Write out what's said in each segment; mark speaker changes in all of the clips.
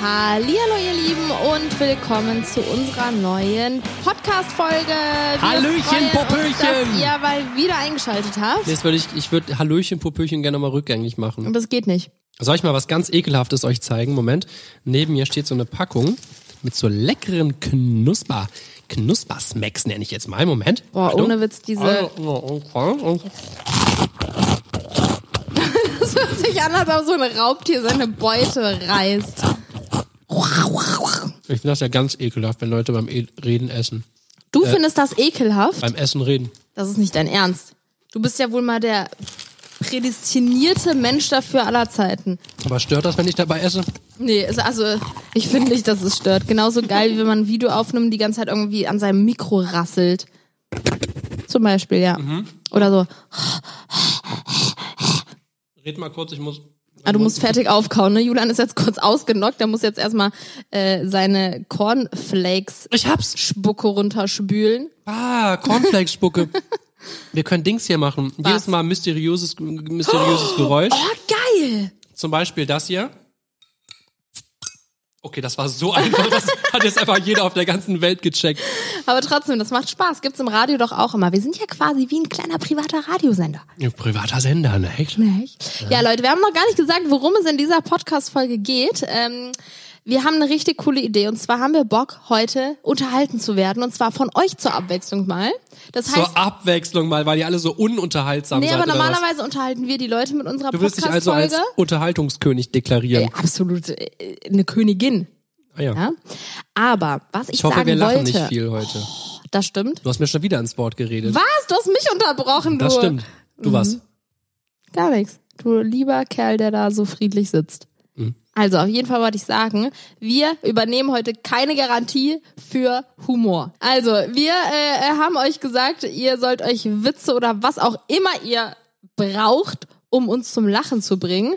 Speaker 1: Hallihallo, ihr Lieben, und willkommen zu unserer neuen Podcast-Folge. Wir
Speaker 2: Hallöchen,
Speaker 1: freuen uns,
Speaker 2: Popöchen.
Speaker 1: Dass ihr mal wieder eingeschaltet habt.
Speaker 2: Jetzt würde ich, ich würde Hallöchen, Popöchen gerne mal rückgängig machen.
Speaker 1: Aber es geht nicht.
Speaker 2: Soll ich mal was ganz Ekelhaftes euch zeigen? Moment. Neben mir steht so eine Packung mit so leckeren Knusper, Knusper-Smacks nenne ich jetzt mal. Moment.
Speaker 1: Boah,
Speaker 2: Achtung.
Speaker 1: ohne Witz, diese.
Speaker 2: Also, okay, okay.
Speaker 1: Das hört sich an, als ob so ein Raubtier seine Beute reißt.
Speaker 2: Ich finde das ja ganz ekelhaft, wenn Leute beim E- Reden essen.
Speaker 1: Du findest das ekelhaft?
Speaker 2: Beim Essen reden.
Speaker 1: Das ist nicht dein Ernst. Du bist ja wohl mal der prädestinierte Mensch dafür aller Zeiten.
Speaker 2: Aber stört das, wenn ich dabei esse?
Speaker 1: Nee, ist also ich finde nicht, dass es stört. Genauso geil, wie wenn man ein Video aufnimmt, und die ganze Zeit irgendwie an seinem Mikro rasselt. Zum Beispiel, ja.
Speaker 2: Mhm.
Speaker 1: Oder so.
Speaker 2: Red mal kurz, ich muss.
Speaker 1: Ah, du musst fertig aufkauen, ne? Julian ist jetzt kurz ausgenockt, der muss jetzt erstmal äh, seine Cornflakes
Speaker 2: Ich hab's!
Speaker 1: Spucke runterspülen.
Speaker 2: Ah, Cornflakes-Spucke. Wir können Dings hier machen. Jedes Mal mysteriöses, mysteriöses Geräusch.
Speaker 1: Oh, geil!
Speaker 2: Zum Beispiel das hier. Okay, das war so einfach. Das hat jetzt einfach jeder auf der ganzen Welt gecheckt.
Speaker 1: Aber trotzdem, das macht Spaß. Gibt's im Radio doch auch immer. Wir sind ja quasi wie ein kleiner privater Radiosender.
Speaker 2: Ja, privater Sender, ne? Echt?
Speaker 1: Nicht? Ja, Leute, wir haben noch gar nicht gesagt, worum es in dieser Podcast-Folge geht. Ähm, wir haben eine richtig coole Idee und zwar haben wir Bock, heute unterhalten zu werden und zwar von euch zur Abwechslung mal. Das heißt,
Speaker 2: Zur Abwechslung mal, weil ihr alle so ununterhaltsam
Speaker 1: nee,
Speaker 2: seid.
Speaker 1: aber
Speaker 2: oder was?
Speaker 1: normalerweise unterhalten wir die Leute mit unserer
Speaker 2: du wirst dich also als Ähm,
Speaker 1: Podcast-Folge.
Speaker 2: Unterhaltungskönig deklarieren.
Speaker 1: Äh, absolut äh, eine Königin.
Speaker 2: ah, ja.
Speaker 1: Ja? Aber was ich,
Speaker 2: Ich hoffe,
Speaker 1: sagen
Speaker 2: wir lachen
Speaker 1: wollte,
Speaker 2: nicht viel heute.
Speaker 1: das stimmt.
Speaker 2: Du hast mir schon wieder ins Wort geredet.
Speaker 1: Was? Du hast mich unterbrochen, du.
Speaker 2: Das stimmt.
Speaker 1: Mhm.
Speaker 2: Du warst.
Speaker 1: Gar nichts. Du lieber Kerl, der da so friedlich sitzt.
Speaker 2: Mhm.
Speaker 1: Also auf jeden Fall wollte ich sagen, wir übernehmen heute keine Garantie für Humor. Also wir äh, haben euch gesagt, ihr sollt euch Witze oder was auch immer ihr braucht, um uns zum Lachen zu bringen,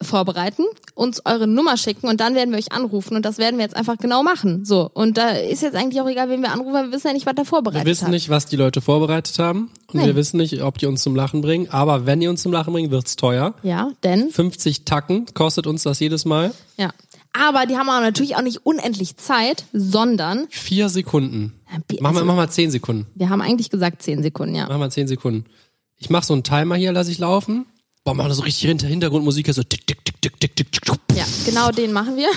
Speaker 1: vorbereiten, uns eure Nummer schicken und dann werden wir euch anrufen und das werden wir jetzt einfach genau machen. So und da ist jetzt eigentlich auch egal, wen wir anrufen, weil wir wissen ja nicht, was da vorbereitet
Speaker 2: Wir wissen
Speaker 1: hat.
Speaker 2: nicht, was die Leute vorbereitet haben. Und
Speaker 1: Nein.
Speaker 2: wir wissen nicht, ob die uns zum Lachen bringen. Aber wenn die uns zum Lachen bringen, wird's teuer.
Speaker 1: Ja, denn
Speaker 2: 50 Tacken kostet uns das jedes Mal.
Speaker 1: Ja. Aber die haben auch natürlich auch nicht unendlich Zeit, sondern
Speaker 2: Vier Sekunden.
Speaker 1: Bi-
Speaker 2: Mach mal,
Speaker 1: also-
Speaker 2: mach mal zehn Sekunden.
Speaker 1: wir haben eigentlich gesagt zehn Sekunden, ja.
Speaker 2: Mach mal 10 Sekunden. Ich mach so einen Timer hier, lasse ich laufen. Boah, mach so richtig hinter Hintergrundmusik hier so tick, tick, tick, tick, tick, tick, tick.
Speaker 1: Ja, genau den machen wir.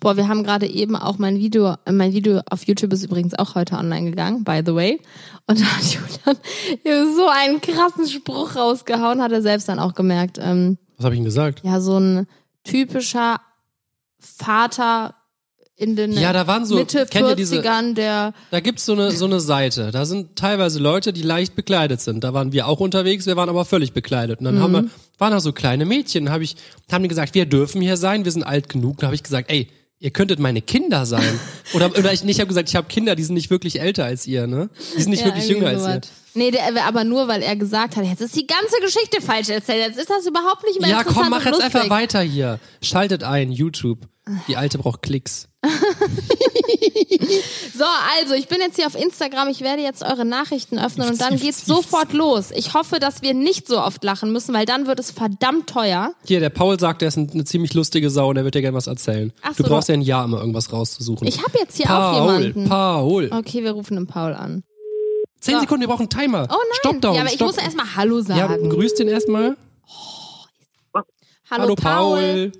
Speaker 1: Boah, wir haben gerade eben auch mein Video, äh, mein Video auf YouTube ist übrigens auch heute online gegangen, by the way. Und da hat Julian hier so einen krassen Spruch rausgehauen, hat er selbst dann auch gemerkt. Ähm,
Speaker 2: Was habe ich denn gesagt?
Speaker 1: ja, so ein typischer Vater in den
Speaker 2: Ja, da waren so-
Speaker 1: Mitte
Speaker 2: kennt ihr diese-
Speaker 1: 40ern, der
Speaker 2: Da gibt's so eine so eine Seite. Da sind teilweise Leute, die leicht bekleidet sind. Da waren wir auch unterwegs, wir waren aber völlig bekleidet. Und dann haben wir waren da so kleine Mädchen, habe ich haben die gesagt, wir dürfen hier sein, wir sind alt genug. Da habe ich gesagt, ey, ihr könntet meine Kinder sein. oder oder ich nicht habe gesagt, ich habe Kinder, die sind nicht wirklich älter als ihr, ne? Die sind nicht
Speaker 1: Ja,
Speaker 2: wirklich jünger
Speaker 1: irgendwie
Speaker 2: als ihr.
Speaker 1: sowas. Nee, der, äh, aber nur, weil er gesagt hat, jetzt ist die ganze Geschichte falsch erzählt, jetzt ist das überhaupt nicht mehr
Speaker 2: Ja,
Speaker 1: interessant
Speaker 2: komm, mach
Speaker 1: und
Speaker 2: jetzt
Speaker 1: lustig.
Speaker 2: einfach weiter hier. Schaltet ein, YouTube. Die Alte braucht Klicks.
Speaker 1: So, also, ich bin jetzt hier auf Instagram, ich werde jetzt eure Nachrichten öffnen und dann geht's sofort los. Ich hoffe, dass wir nicht so oft lachen müssen, weil dann wird es verdammt teuer.
Speaker 2: Hier, der Paul sagt, er ist ein, eine ziemlich lustige Sau und er wird dir gerne was erzählen.
Speaker 1: Ach
Speaker 2: du
Speaker 1: so,
Speaker 2: brauchst ja ein Jahr, um irgendwas rauszusuchen.
Speaker 1: Ich habe jetzt hier auch
Speaker 2: Paul,
Speaker 1: jemanden. Oh,
Speaker 2: Paul.
Speaker 1: Okay, wir rufen den Paul an.
Speaker 2: Zehn
Speaker 1: so.
Speaker 2: Sekunden, wir brauchen einen Timer.
Speaker 1: Oh nein,
Speaker 2: Stopp down,
Speaker 1: ja, aber ich
Speaker 2: stopp.
Speaker 1: muss erstmal Hallo
Speaker 2: ja,
Speaker 1: sagen.
Speaker 2: grüß den erstmal.
Speaker 1: Hallo,
Speaker 2: Hallo
Speaker 1: Paul.
Speaker 2: Paul.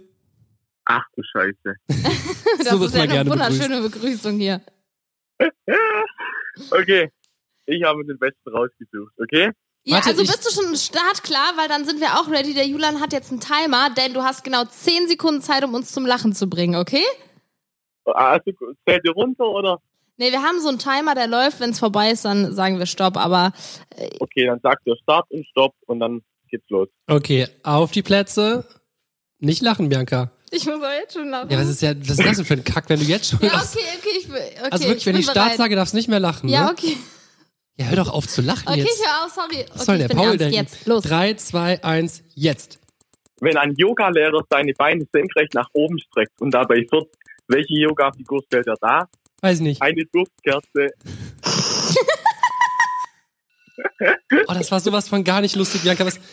Speaker 3: Ach du Scheiße.
Speaker 1: Das
Speaker 2: So wird
Speaker 1: ist ja
Speaker 2: man
Speaker 1: eine
Speaker 2: gerne
Speaker 1: wunderschöne Begrüßung hier.
Speaker 3: Okay, ich habe den besten rausgesucht, okay?
Speaker 1: Ja,
Speaker 2: Warte,
Speaker 1: also
Speaker 2: ich-
Speaker 1: bist du schon startklar, weil dann sind wir auch ready. Der Julian hat jetzt einen Timer, denn du hast genau 10 Sekunden Zeit, um uns zum Lachen zu bringen, okay?
Speaker 3: Also fällt ihr runter oder?
Speaker 1: Nee, wir haben so einen Timer, der läuft. Wenn es vorbei ist, dann sagen wir Stopp. Aber
Speaker 3: Okay, dann sagt ihr Start und Stopp und dann geht's los.
Speaker 2: Okay, auf die Plätze. Nicht lachen, Bianca.
Speaker 1: ich muss auch jetzt schon lachen.
Speaker 2: Ja, was ist ja, was ist das denn für ein Kack, wenn du jetzt schon
Speaker 1: Hm? Ja,
Speaker 2: lachst?
Speaker 1: okay, okay, ich bin, okay,
Speaker 2: Also wirklich,
Speaker 1: ich
Speaker 2: wenn
Speaker 1: bin
Speaker 2: ich Start
Speaker 1: bereit.
Speaker 2: sage, darfst du nicht mehr lachen.
Speaker 1: Ja,
Speaker 2: ne?
Speaker 1: okay.
Speaker 2: ja, hör doch auf zu lachen
Speaker 1: Okay,
Speaker 2: jetzt.
Speaker 1: ich hör auf, sorry. Okay,
Speaker 2: Was soll
Speaker 1: ich
Speaker 2: denn der
Speaker 1: bin
Speaker 2: Paul
Speaker 1: ernst.
Speaker 2: denken?
Speaker 1: Jetzt, los.
Speaker 2: 3, 2, 1, jetzt.
Speaker 3: Wenn ein Yogalehrer seine Beine senkrecht nach oben streckt und dabei fürzt, welche Yoga-Figur stellt er da?
Speaker 2: Weiß nicht.
Speaker 3: Eine Duftkerze.
Speaker 2: Oh, das war sowas von gar nicht lustig, Bianca. Was,
Speaker 1: bin,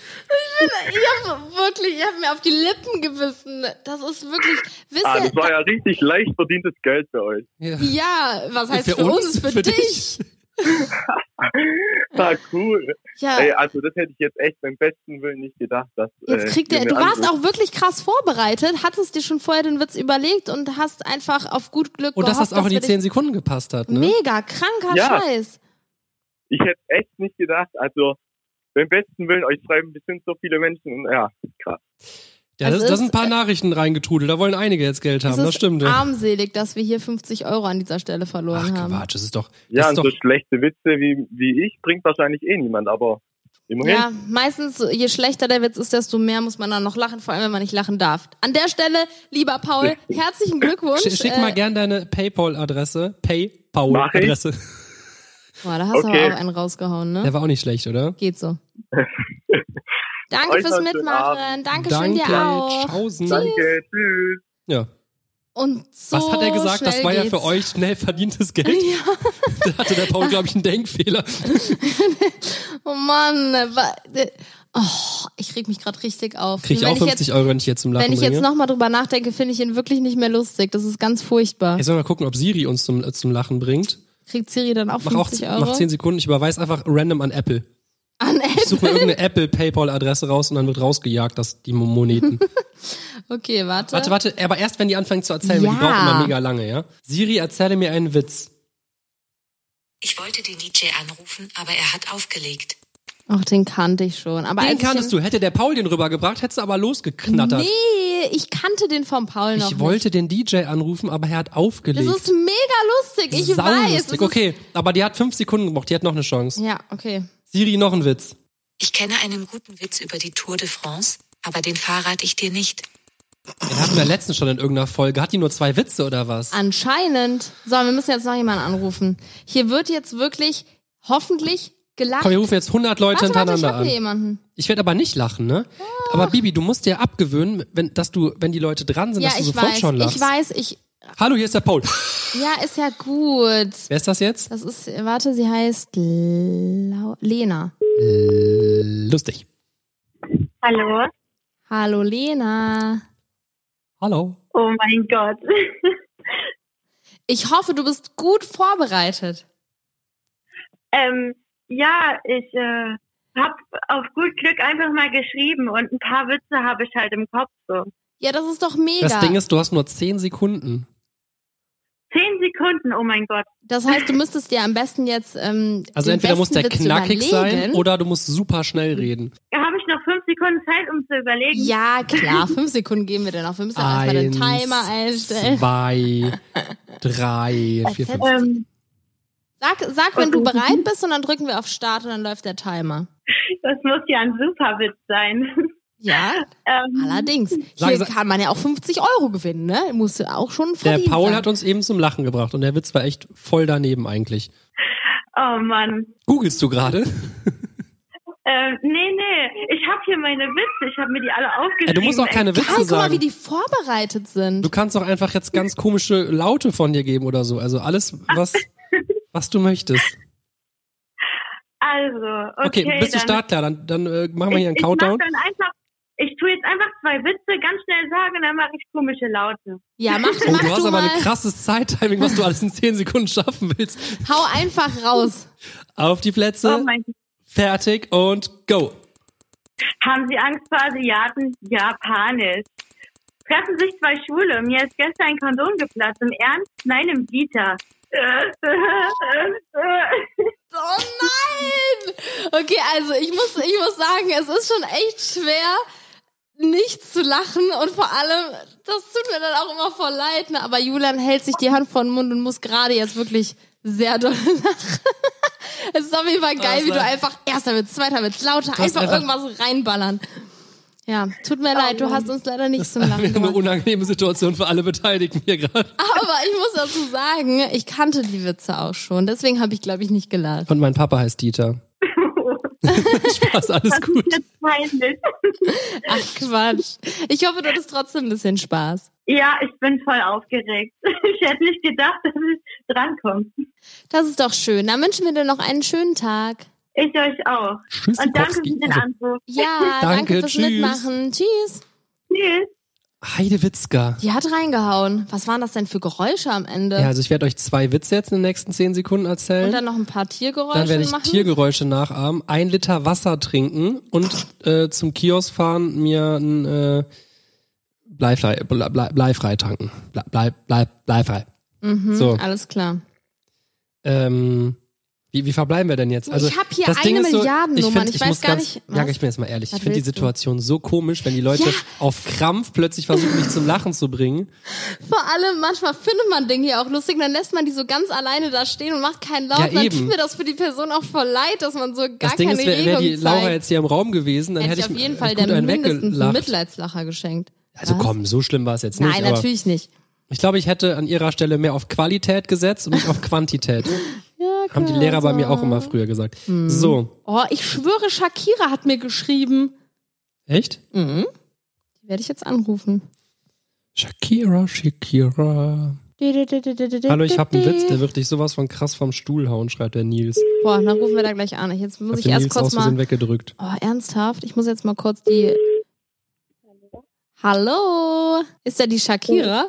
Speaker 1: ich hab wirklich, ich hab mir auf die Lippen gebissen. Das ist wirklich, wisst
Speaker 3: Ah,
Speaker 1: ihr,
Speaker 3: das war ja richtig leicht verdientes Geld für euch.
Speaker 2: Ja.
Speaker 1: ja, was heißt für, uns, für, dich.
Speaker 3: Ah, cool.
Speaker 1: Ja,
Speaker 3: Ey, also das hätte ich jetzt echt beim besten Willen nicht gedacht, dass. äh,
Speaker 1: Jetzt kriegt
Speaker 3: ihr
Speaker 1: er,
Speaker 3: mir
Speaker 1: du warst
Speaker 3: anruft.
Speaker 1: auch wirklich krass vorbereitet, hattest dir schon vorher den Witz überlegt und hast einfach auf gut Glück
Speaker 2: Und dass
Speaker 1: gehofft,
Speaker 2: Oh, das auch in die
Speaker 1: wir dich-
Speaker 2: 10 Sekunden gepasst hat, ne?
Speaker 1: Mega kranker
Speaker 3: Ja.
Speaker 1: Scheiß.
Speaker 3: Ich hätte echt nicht gedacht. Also beim besten Willen, euch schreiben bestimmt so viele Menschen. Ja, krass.
Speaker 2: Ja,
Speaker 1: Es
Speaker 2: das, das sind
Speaker 1: ist-
Speaker 2: ein
Speaker 1: äh,
Speaker 2: paar Nachrichten reingetrudelt, da wollen einige jetzt Geld haben,
Speaker 1: es
Speaker 2: das
Speaker 1: ist
Speaker 2: stimmt. Ja.
Speaker 1: armselig, dass wir hier 50 Euro an dieser Stelle verloren
Speaker 2: Ach
Speaker 1: haben.
Speaker 2: Quatsch, das ist doch.
Speaker 3: Ja,
Speaker 2: das
Speaker 3: und
Speaker 2: ist
Speaker 3: so
Speaker 2: doch
Speaker 3: schlechte Witze wie, wie ich bringt wahrscheinlich eh niemand, aber immerhin.
Speaker 1: Ja, meistens, je schlechter der Witz ist, desto mehr muss man dann noch lachen, vor allem wenn man nicht lachen darf. An der Stelle, lieber Paul, herzlichen Glückwunsch.
Speaker 2: Sch- Schick mal
Speaker 1: Äh,
Speaker 2: gern deine PayPal-Adresse. PayPal-Adresse.
Speaker 1: boah, da hast du
Speaker 3: Okay.
Speaker 1: aber auch einen rausgehauen, ne?
Speaker 2: Der war auch nicht schlecht, oder?
Speaker 1: Geht so. Danke
Speaker 3: Euch
Speaker 1: fürs
Speaker 3: noch einen schönen
Speaker 1: Mitmachen. Dankeschön
Speaker 2: Danke.
Speaker 1: dir auch.
Speaker 2: Tschaußen.
Speaker 3: Danke, tschüss.
Speaker 2: Ja.
Speaker 1: Und so
Speaker 2: Was hat er gesagt? Das
Speaker 1: schnell
Speaker 2: war ja
Speaker 1: geht's.
Speaker 2: für euch schnell verdientes Geld. da hatte der Paul, glaube ich, einen Denkfehler.
Speaker 1: Oh Mann, äh, wa- äh, oh, ich reg mich gerade richtig auf.
Speaker 2: Krieg ich
Speaker 1: wenn
Speaker 2: auch 50
Speaker 1: ich jetzt,
Speaker 2: Euro, wenn ich jetzt zum Lachen
Speaker 1: Wenn ich jetzt
Speaker 2: bringe.
Speaker 1: nochmal drüber nachdenke, finde ich ihn wirklich nicht mehr lustig. Das ist ganz furchtbar.
Speaker 2: Jetzt sollen wir mal gucken, ob Siri uns zum, äh, zum Lachen bringt.
Speaker 1: Kriegt Siri dann auch
Speaker 2: Mach auch
Speaker 1: 50 Euro?
Speaker 2: mach 10 Sekunden, ich überweise einfach random an Apple.
Speaker 1: An
Speaker 2: Ich suche mir irgendeine Apple-Paypal-Adresse raus und dann wird rausgejagt, dass die Mo- Moneten.
Speaker 1: Okay, warte.
Speaker 2: warte, warte, aber erst wenn die anfangen zu erzählen, weil
Speaker 1: Ja.
Speaker 2: die brauchen immer mega lange, ja? Siri, erzähle mir einen Witz.
Speaker 4: Ich wollte den DJ anrufen, aber er hat aufgelegt.
Speaker 1: Ach, den kannte ich schon. Aber
Speaker 2: Den
Speaker 1: als
Speaker 2: kanntest du. Hätte der Paul den rübergebracht, hättest du aber losgeknattert.
Speaker 1: Nee, ich kannte den vom Paul noch.
Speaker 2: ich wollte den DJ anrufen, aber er hat
Speaker 1: nicht.
Speaker 2: aufgelegt.
Speaker 1: Das ist mega lustig. Ich weiß.
Speaker 2: Saulustig.
Speaker 1: es Ist,
Speaker 2: Okay, aber die hat fünf Sekunden gebraucht, die hat noch eine Chance.
Speaker 1: Ja, okay.
Speaker 2: Siri, noch ein Witz.
Speaker 4: Ich kenne einen guten Witz über die Tour de France, aber den verrate ich dir nicht.
Speaker 2: Den hatten wir letztens schon in irgendeiner Folge. Hat die nur zwei Witze oder was?
Speaker 1: Ah. Anscheinend. So, wir müssen jetzt noch jemanden anrufen. Hier wird jetzt wirklich hoffentlich gelacht.
Speaker 2: Komm, wir rufen jetzt 100 Leute
Speaker 1: warte, warte, ich
Speaker 2: hintereinander
Speaker 1: hab hier
Speaker 2: an.
Speaker 1: jemanden.
Speaker 2: Ich werde aber nicht lachen, ne? Aber Bibi, du musst dir abgewöhnen, wenn, dass du, wenn die Leute dran sind,
Speaker 1: Ja,
Speaker 2: dass du
Speaker 1: ich
Speaker 2: sofort
Speaker 1: weiß.
Speaker 2: schon lachst.
Speaker 1: Ich weiß, ich.
Speaker 2: Hallo, hier ist der Paul.
Speaker 1: Ja, ist ja gut.
Speaker 2: Wer ist das jetzt?
Speaker 1: Das ist, warte, sie heißt Lau Lena.
Speaker 2: Lustig.
Speaker 5: Hallo?
Speaker 1: Hallo Lena.
Speaker 2: Hallo.
Speaker 5: Oh mein Gott.
Speaker 1: Ich hoffe, du bist gut vorbereitet.
Speaker 5: ähm, ja, ich äh, habe auf gut Glück einfach mal geschrieben und ein paar Witze habe ich halt im Kopf so.
Speaker 1: Ja, das ist doch mega.
Speaker 2: Das Ding ist, du hast nur 10 Sekunden.
Speaker 5: Zehn Sekunden, oh mein Gott.
Speaker 1: das heißt, du müsstest dir am besten jetzt ähm,
Speaker 2: Also
Speaker 1: den
Speaker 2: entweder muss
Speaker 1: besten
Speaker 2: der
Speaker 1: Witz
Speaker 2: knackig sein
Speaker 1: überlegen.
Speaker 2: oder du musst super schnell reden.
Speaker 5: Da habe ich noch fünf Sekunden Zeit, um zu überlegen.
Speaker 1: Ja, klar. Fünf Sekunden geben wir dir noch. Wir müssen aber erstmal den Timer einstellen.
Speaker 2: zwei, drei, vier, fünf.
Speaker 5: Ähm,
Speaker 1: Sag, sag, wenn du bereit bist und dann drücken wir auf Start und dann läuft der Timer.
Speaker 5: das muss ja ein Superwitz sein.
Speaker 1: Ja,
Speaker 5: ähm,
Speaker 1: allerdings. Hier
Speaker 2: Sag- sag-
Speaker 1: kann man ja auch 50 Euro gewinnen, ne? Musst du auch schon
Speaker 2: Der
Speaker 1: verdienen.
Speaker 2: Paul
Speaker 1: sein.
Speaker 2: hat uns eben zum Lachen gebracht und der Witz war echt voll daneben eigentlich.
Speaker 5: oh Mann.
Speaker 2: Googlest du gerade?
Speaker 5: Ähm, nee, nee, ich habe hier meine Witze, ich habe mir die alle aufgeschrieben.
Speaker 2: Äh, du musst auch keine
Speaker 1: Geil,
Speaker 2: Witze
Speaker 1: guck mal, wie
Speaker 2: sagen.
Speaker 1: die vorbereitet sind.
Speaker 2: Du kannst doch einfach jetzt ganz komische Laute von dir geben oder so. Also alles, was, was du möchtest.
Speaker 5: Also, okay,
Speaker 2: Okay, bist du
Speaker 5: dann
Speaker 2: startklar? Dann, dann äh, machen wir
Speaker 5: Ich-
Speaker 2: hier einen
Speaker 5: ich mach
Speaker 2: Countdown.
Speaker 5: dann einfach, ich tue jetzt einfach zwei Witze ganz schnell sagen und dann mache ich komische Laute.
Speaker 1: Ja, mach,
Speaker 2: Oh,
Speaker 1: mach
Speaker 2: du hast aber
Speaker 1: mal.
Speaker 2: ein krasses Zeittiming, was du alles in 10 Sekunden schaffen willst.
Speaker 1: Hau einfach raus.
Speaker 2: Auf die
Speaker 5: Oh
Speaker 2: Plätze,
Speaker 5: mein Gott.
Speaker 2: fertig und go.
Speaker 5: Haben Sie Angst vor Asiaten? Japanisch. Treffen sich zwei Schwule. Mir ist gestern ein Kondom geplatzt. Im Ernst? Nein, im Dieter.
Speaker 1: Oh nein! Okay, also ich muss, ich muss sagen, es ist schon echt schwer, nicht zu lachen und vor allem, das tut mir dann auch immer voll leid, ne? aber Julian hält sich die Hand vor den Mund und muss gerade jetzt wirklich sehr doll lachen. es ist auf jeden Fall geil,
Speaker 2: Also-
Speaker 1: wie du einfach erster Witz, zweiter Witz, lauter,
Speaker 2: hast
Speaker 1: einfach,
Speaker 2: einfach-
Speaker 1: irgendwas reinballern. Ja, tut mir leid, du hast uns leider nicht zum Lachen
Speaker 2: Eine
Speaker 1: gemacht.
Speaker 2: unangenehme Situation für alle Beteiligten hier gerade.
Speaker 1: Aber ich muss dazu sagen, ich kannte die Witze auch schon, deswegen habe ich, glaube ich, nicht gelacht.
Speaker 2: Und mein Papa heißt Dieter. Spaß, alles gut.
Speaker 5: Jetzt peinlich.
Speaker 1: Ach Quatsch. Ich hoffe, du hattest trotzdem ein bisschen Spaß.
Speaker 5: Ja, ich bin voll aufgeregt. Ich hätte nicht gedacht, dass ich drankomme.
Speaker 1: Das ist doch schön. Dann wünschen wir dir noch einen schönen Tag.
Speaker 5: Ich euch auch.
Speaker 2: Tschüss.
Speaker 5: Und danke für
Speaker 2: Sikowski.
Speaker 5: den
Speaker 2: Also,
Speaker 5: Anruf.
Speaker 1: Ja, danke,
Speaker 2: Danke,
Speaker 1: fürs
Speaker 2: tschüss.
Speaker 1: Mitmachen. Tschüss.
Speaker 5: Tschüss.
Speaker 2: Heidewitzka.
Speaker 1: Die hat reingehauen. Was waren das denn für Geräusche am Ende?
Speaker 2: Ja, also ich werde euch zwei Witze jetzt in den nächsten zehn Sekunden erzählen.
Speaker 1: Und dann noch ein paar Tiergeräusche
Speaker 2: Dann werde ich
Speaker 1: machen.
Speaker 2: Tiergeräusche nachahmen, ein Liter Wasser trinken und äh, zum Kiosk fahren, mir ein äh, Bleifrei, Blei, Blei, Bleifrei tanken. Blei, Blei, Blei, Bleifrei.
Speaker 1: mhm,
Speaker 2: so.
Speaker 1: Alles klar.
Speaker 2: Ähm, wie, wie verbleiben wir denn jetzt?
Speaker 1: Ich
Speaker 2: Also,
Speaker 1: hab hier
Speaker 2: das
Speaker 1: eine
Speaker 2: Ding ist so,
Speaker 1: Milliardennummer,
Speaker 2: Ich, find,
Speaker 1: ich
Speaker 2: ich
Speaker 1: weiß
Speaker 2: muss
Speaker 1: gar
Speaker 2: ganz,
Speaker 1: nicht-
Speaker 2: Ja,
Speaker 1: was?
Speaker 2: ich bin jetzt mal ehrlich.
Speaker 1: Was
Speaker 2: ich finde die
Speaker 1: willst du?
Speaker 2: Situation so komisch, wenn die Leute
Speaker 1: Ja.
Speaker 2: auf Krampf plötzlich versuchen, mich zum Lachen zu bringen.
Speaker 1: Vor allem, manchmal findet man Dinge hier auch lustig, dann lässt man die so ganz alleine da stehen und macht keinen Laut.
Speaker 2: Ja,
Speaker 1: dann
Speaker 2: eben.
Speaker 1: tut mir das für die Person auch voll leid, dass man so gar
Speaker 2: Das Ding
Speaker 1: keine
Speaker 2: ist, wäre
Speaker 1: Regung
Speaker 2: wär die Laura
Speaker 1: zeigt.
Speaker 2: jetzt hier im Raum gewesen, dann
Speaker 1: Hätte
Speaker 2: hätte,
Speaker 1: ich auf jeden
Speaker 2: äh,
Speaker 1: Fall
Speaker 2: gut
Speaker 1: der
Speaker 2: einen
Speaker 1: mindestens einen
Speaker 2: weggelacht.
Speaker 1: Mitleidslacher geschenkt.
Speaker 2: Also
Speaker 1: Was?
Speaker 2: komm, so schlimm war es jetzt nicht.
Speaker 1: Nein,
Speaker 2: aber
Speaker 1: natürlich nicht.
Speaker 2: Ich glaube, ich hätte an ihrer Stelle mehr auf Qualität gesetzt und nicht auf Quantität.
Speaker 1: Ja,
Speaker 2: Haben die
Speaker 1: klar,
Speaker 2: Lehrer bei
Speaker 1: so.
Speaker 2: mir auch immer früher gesagt. So,
Speaker 1: Oh, ich schwöre, Shakira hat mir geschrieben.
Speaker 2: echt?
Speaker 1: Mhm. Die werde ich jetzt anrufen.
Speaker 2: Shakira, Shakira. Hallo, ich habe einen Witz, der wird dich sowas von krass vom Stuhl hauen, schreibt der Nils.
Speaker 1: Boah, dann rufen wir da gleich an. Jetzt muss
Speaker 2: Hab
Speaker 1: ich
Speaker 2: den
Speaker 1: erst
Speaker 2: Nils
Speaker 1: kurz
Speaker 2: aus Versehen
Speaker 1: mal.
Speaker 2: weggedrückt.
Speaker 1: Oh, ernsthaft? Ich muss jetzt mal kurz die. Hallo? Ist da die Shakira?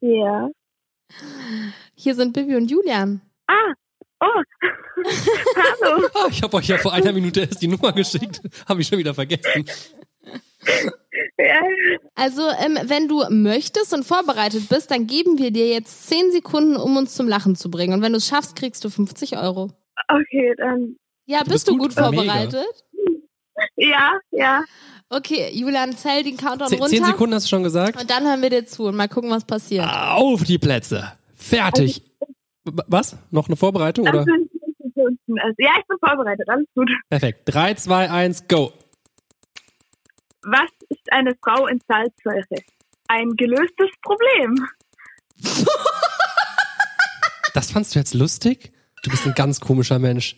Speaker 6: Ja.
Speaker 1: Hier sind Bibi und Julian.
Speaker 5: Ah, oh, hallo.
Speaker 2: Ah, ich habe euch ja vor einer Minute erst die Nummer geschickt. Habe ich schon wieder vergessen.
Speaker 5: Ja,
Speaker 1: Also, ähm, wenn du möchtest und vorbereitet bist, dann geben wir dir jetzt 10 Sekunden, um uns zum Lachen zu bringen. Und wenn du es schaffst, kriegst du 50 Euro.
Speaker 5: okay, dann.
Speaker 1: Ja,
Speaker 2: Du
Speaker 1: bist,
Speaker 2: bist
Speaker 1: du gut,
Speaker 2: gut, mega.
Speaker 1: vorbereitet?
Speaker 5: Ja, ja.
Speaker 1: Okay, Julian, zähl den Countdown
Speaker 2: Ze-
Speaker 1: runter.
Speaker 2: Zehn Sekunden Ah. hast du schon gesagt?
Speaker 1: Und dann hören wir dir zu und mal gucken, was passiert.
Speaker 2: Auf die Plätze. Fertig. B- Was? Noch eine Vorbereitung?
Speaker 5: Das
Speaker 2: Oder?
Speaker 5: sind die Sekunden. Also, ja, ich bin vorbereitet, alles gut.
Speaker 2: Perfekt. Drei, zwei, eins, go.
Speaker 5: Was ist eine Frau in Salzsäure? Ein gelöstes Problem.
Speaker 2: Das fandst du jetzt lustig? Du bist ein ganz komischer Mensch.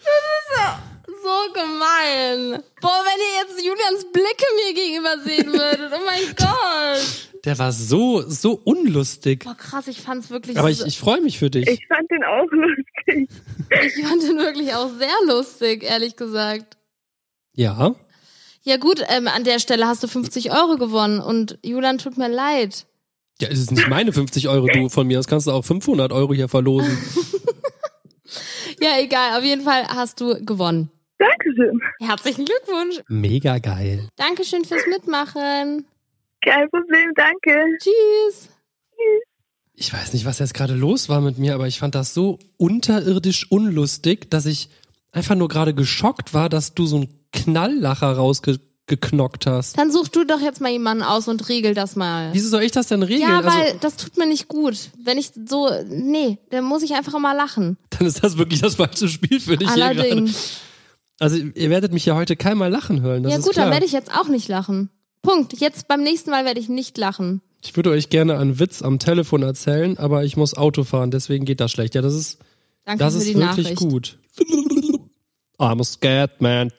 Speaker 1: So gemein. Boah, wenn ihr jetzt Julians Blicke mir gegenüber sehen würdet. Oh mein Gott.
Speaker 2: Der war so, so unlustig.
Speaker 1: Boah, krass, ich fand's wirklich
Speaker 2: Aber ich,
Speaker 1: so-
Speaker 2: ich freue mich für dich.
Speaker 5: Ich fand den auch lustig.
Speaker 1: ich fand den wirklich auch sehr lustig, ehrlich gesagt.
Speaker 2: ja.
Speaker 1: Ja gut, ähm, an der Stelle hast du 50 Euro gewonnen und Julian tut mir leid.
Speaker 2: Ja, es ist nicht meine 50 Euro du von mir. Das kannst du auch 500 Euro hier verlosen.
Speaker 1: Ja, egal, auf jeden Fall hast du gewonnen.
Speaker 5: Dankeschön.
Speaker 1: Herzlichen Glückwunsch.
Speaker 2: Mega geil.
Speaker 1: Dankeschön fürs Mitmachen.
Speaker 5: Kein Problem, danke.
Speaker 1: Tschüss.
Speaker 2: Ich weiß nicht, was jetzt gerade los war mit mir, aber ich fand das so unterirdisch unlustig, dass ich einfach nur gerade geschockt war, dass du so einen Knalllacher rausgeknockt hast.
Speaker 1: Dann such du doch jetzt mal jemanden aus und regel das mal.
Speaker 2: Wieso soll ich das denn regeln?
Speaker 1: Ja, weil
Speaker 2: also,
Speaker 1: das tut mir nicht gut. Wenn ich so, nee, dann muss ich einfach immer lachen.
Speaker 2: dann ist das wirklich das falsche Spiel für dich hier gerade.
Speaker 1: Allerdings.
Speaker 2: Also ihr werdet mich ja heute keinmal lachen hören. Das
Speaker 1: Ja
Speaker 2: ist
Speaker 1: gut,
Speaker 2: klar.
Speaker 1: dann werde ich jetzt auch nicht lachen. Punkt. Jetzt beim nächsten Mal werde ich nicht lachen.
Speaker 2: Ich würde euch gerne einen Witz am Telefon erzählen, aber ich muss Auto fahren, deswegen geht das schlecht. Ja, das ist,
Speaker 1: Danke
Speaker 2: das
Speaker 1: für
Speaker 2: ist
Speaker 1: die
Speaker 2: wirklich
Speaker 1: Nachricht.
Speaker 2: gut. I'm a scared man.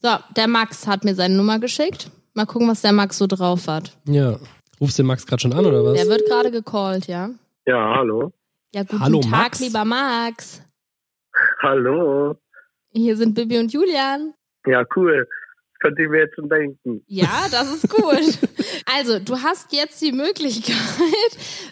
Speaker 1: So, der Max hat mir seine Nummer geschickt. Mal gucken, was der Max so drauf hat.
Speaker 2: Ja. Rufst den Max gerade schon an, oder was?
Speaker 1: Der wird gerade gecallt, ja?
Speaker 3: Ja, hallo.
Speaker 1: Ja, guten
Speaker 2: Hallo,
Speaker 1: Tag,
Speaker 2: Max.
Speaker 1: lieber Max.
Speaker 3: Hallo.
Speaker 1: Hier sind Bibi und Julian.
Speaker 3: Ja, cool. Das könnte ich mir jetzt schon denken.
Speaker 1: Ja, das ist gut. also, du hast jetzt die Möglichkeit,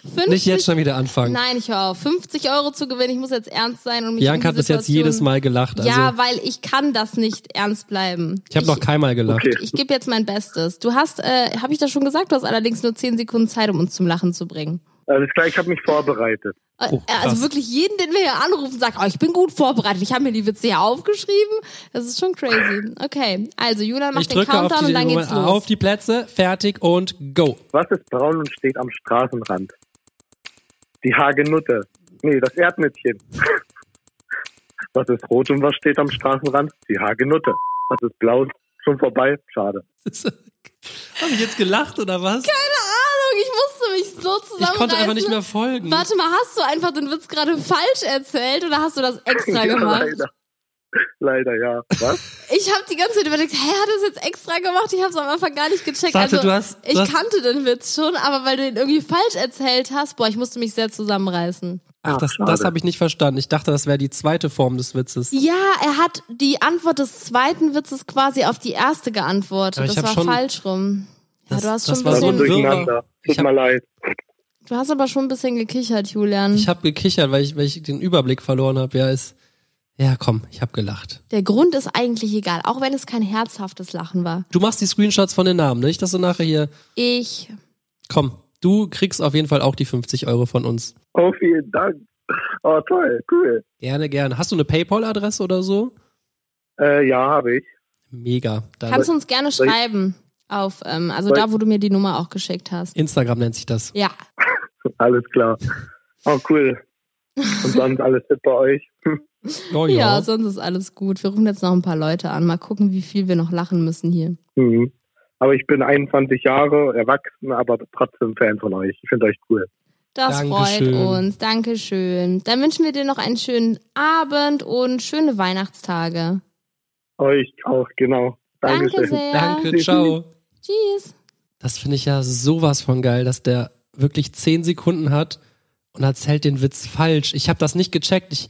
Speaker 1: 50
Speaker 2: Nicht jetzt schon wieder anfangen.
Speaker 1: Nein, ich höre auf. 50 Euro zu gewinnen, ich muss jetzt ernst sein und mich
Speaker 2: Bianca
Speaker 1: in
Speaker 2: hat
Speaker 1: die
Speaker 2: bis jetzt
Speaker 1: Situation-
Speaker 2: jedes Mal gelacht. Also
Speaker 1: ja, weil ich kann das nicht ernst bleiben.
Speaker 2: ich habe noch keinmal gelacht.
Speaker 3: Okay.
Speaker 1: Ich gebe jetzt mein Bestes. Du hast, äh, habe ich das schon gesagt, du hast allerdings nur 10 Sekunden Zeit, um uns zum Lachen zu bringen.
Speaker 3: Alles klar, ich habe mich vorbereitet.
Speaker 1: Äh,
Speaker 2: Oh, krass.
Speaker 1: also wirklich jeden, den wir hier anrufen, sagt, oh, ich bin gut vorbereitet, ich habe mir die Witze hier aufgeschrieben. Das ist schon crazy. Okay, also Julian
Speaker 2: ich
Speaker 1: macht den
Speaker 2: drücke auf
Speaker 1: Countdown
Speaker 2: die,
Speaker 1: und dann geht's
Speaker 2: Moment,
Speaker 1: los.
Speaker 2: auf die Plätze, fertig und go.
Speaker 3: Was ist braun und steht am Straßenrand? Die Hagenutte. Nee, das Erdnütchen. Was ist rot und was steht am Straßenrand? Die Hagenutte. Was ist blau? Schon vorbei. Schade.
Speaker 2: Habe ich jetzt gelacht oder was?
Speaker 1: Keine Ahnung, ich musste mich so
Speaker 2: ich
Speaker 1: zusammenreißen.
Speaker 2: konnte einfach nicht mehr folgen.
Speaker 1: Warte mal, hast du einfach den Witz gerade falsch erzählt oder hast du das extra
Speaker 3: ja,
Speaker 1: gemacht?
Speaker 3: leider. Leider, ja. Was?
Speaker 1: Ich habe die ganze Zeit überlegt, hä, hat das jetzt extra gemacht? Ich habe es am Anfang gar nicht gecheckt.
Speaker 2: Warte,
Speaker 1: also,
Speaker 2: du hast- du
Speaker 1: ich
Speaker 2: hast-
Speaker 1: kannte den Witz schon, aber weil du ihn irgendwie falsch erzählt hast, boah, ich musste mich sehr zusammenreißen.
Speaker 2: Ach, das, das habe ich nicht verstanden. Ich dachte, das wäre die zweite Form des Witzes.
Speaker 1: Ja, er hat die Antwort des zweiten Witzes quasi auf die erste geantwortet.
Speaker 2: Aber ich
Speaker 1: das
Speaker 2: hab
Speaker 1: war
Speaker 2: schon-
Speaker 1: falsch rum.
Speaker 2: Das-
Speaker 1: ja, du hast
Speaker 2: das
Speaker 1: schon
Speaker 2: war
Speaker 1: ein
Speaker 3: war so
Speaker 2: so ein
Speaker 1: bisschen,
Speaker 2: Wirrwarr.
Speaker 3: Also durcheinander.
Speaker 2: Ich
Speaker 3: Tut
Speaker 2: hab-
Speaker 3: mir leid.
Speaker 1: du hast aber schon ein bisschen gekichert, Julian.
Speaker 2: Ich habe gekichert, weil ich, weil ich den Überblick verloren habe. Ja, ist. Ja, komm, ich habe gelacht.
Speaker 1: Der Grund ist eigentlich egal, auch wenn es kein herzhaftes Lachen war.
Speaker 2: Du machst die Screenshots von den Namen, ne? nicht? Dass du nachher hier.
Speaker 1: Ich
Speaker 2: Komm, du kriegst auf jeden Fall auch die 50 Euro von uns.
Speaker 3: Oh, vielen Dank. Oh, toll, cool.
Speaker 2: Gerne, gerne. Hast du eine PayPal-Adresse oder so?
Speaker 3: Äh, ja, habe ich.
Speaker 2: Mega. Dann
Speaker 1: kannst du uns gerne
Speaker 3: soll ich-
Speaker 1: schreiben auf, ähm, also
Speaker 3: Soll
Speaker 1: da, wo du mir die Nummer auch geschickt hast.
Speaker 2: Instagram nennt sich das.
Speaker 1: Ja,
Speaker 3: Alles klar. Oh, cool. Und sonst alles fit bei euch?
Speaker 2: Oh,
Speaker 1: ja, sonst ist alles gut. Wir rufen jetzt noch ein paar Leute an, mal gucken, wie viel wir noch lachen müssen hier.
Speaker 3: Mhm. Aber ich bin 21 Jahre, erwachsen, aber trotzdem Fan von euch. Ich finde euch cool.
Speaker 1: Das
Speaker 2: Dankeschön.
Speaker 1: freut uns. Dankeschön. Dann wünschen wir dir noch einen schönen Abend und schöne Weihnachtstage.
Speaker 3: Euch auch, genau. Dankeschön.
Speaker 1: Danke sehr.
Speaker 2: Danke, ciao.
Speaker 1: Tschüss.
Speaker 2: Das finde ich ja sowas von geil, dass der wirklich 10 Sekunden hat und erzählt den Witz falsch. Ich habe das nicht gecheckt. Ich,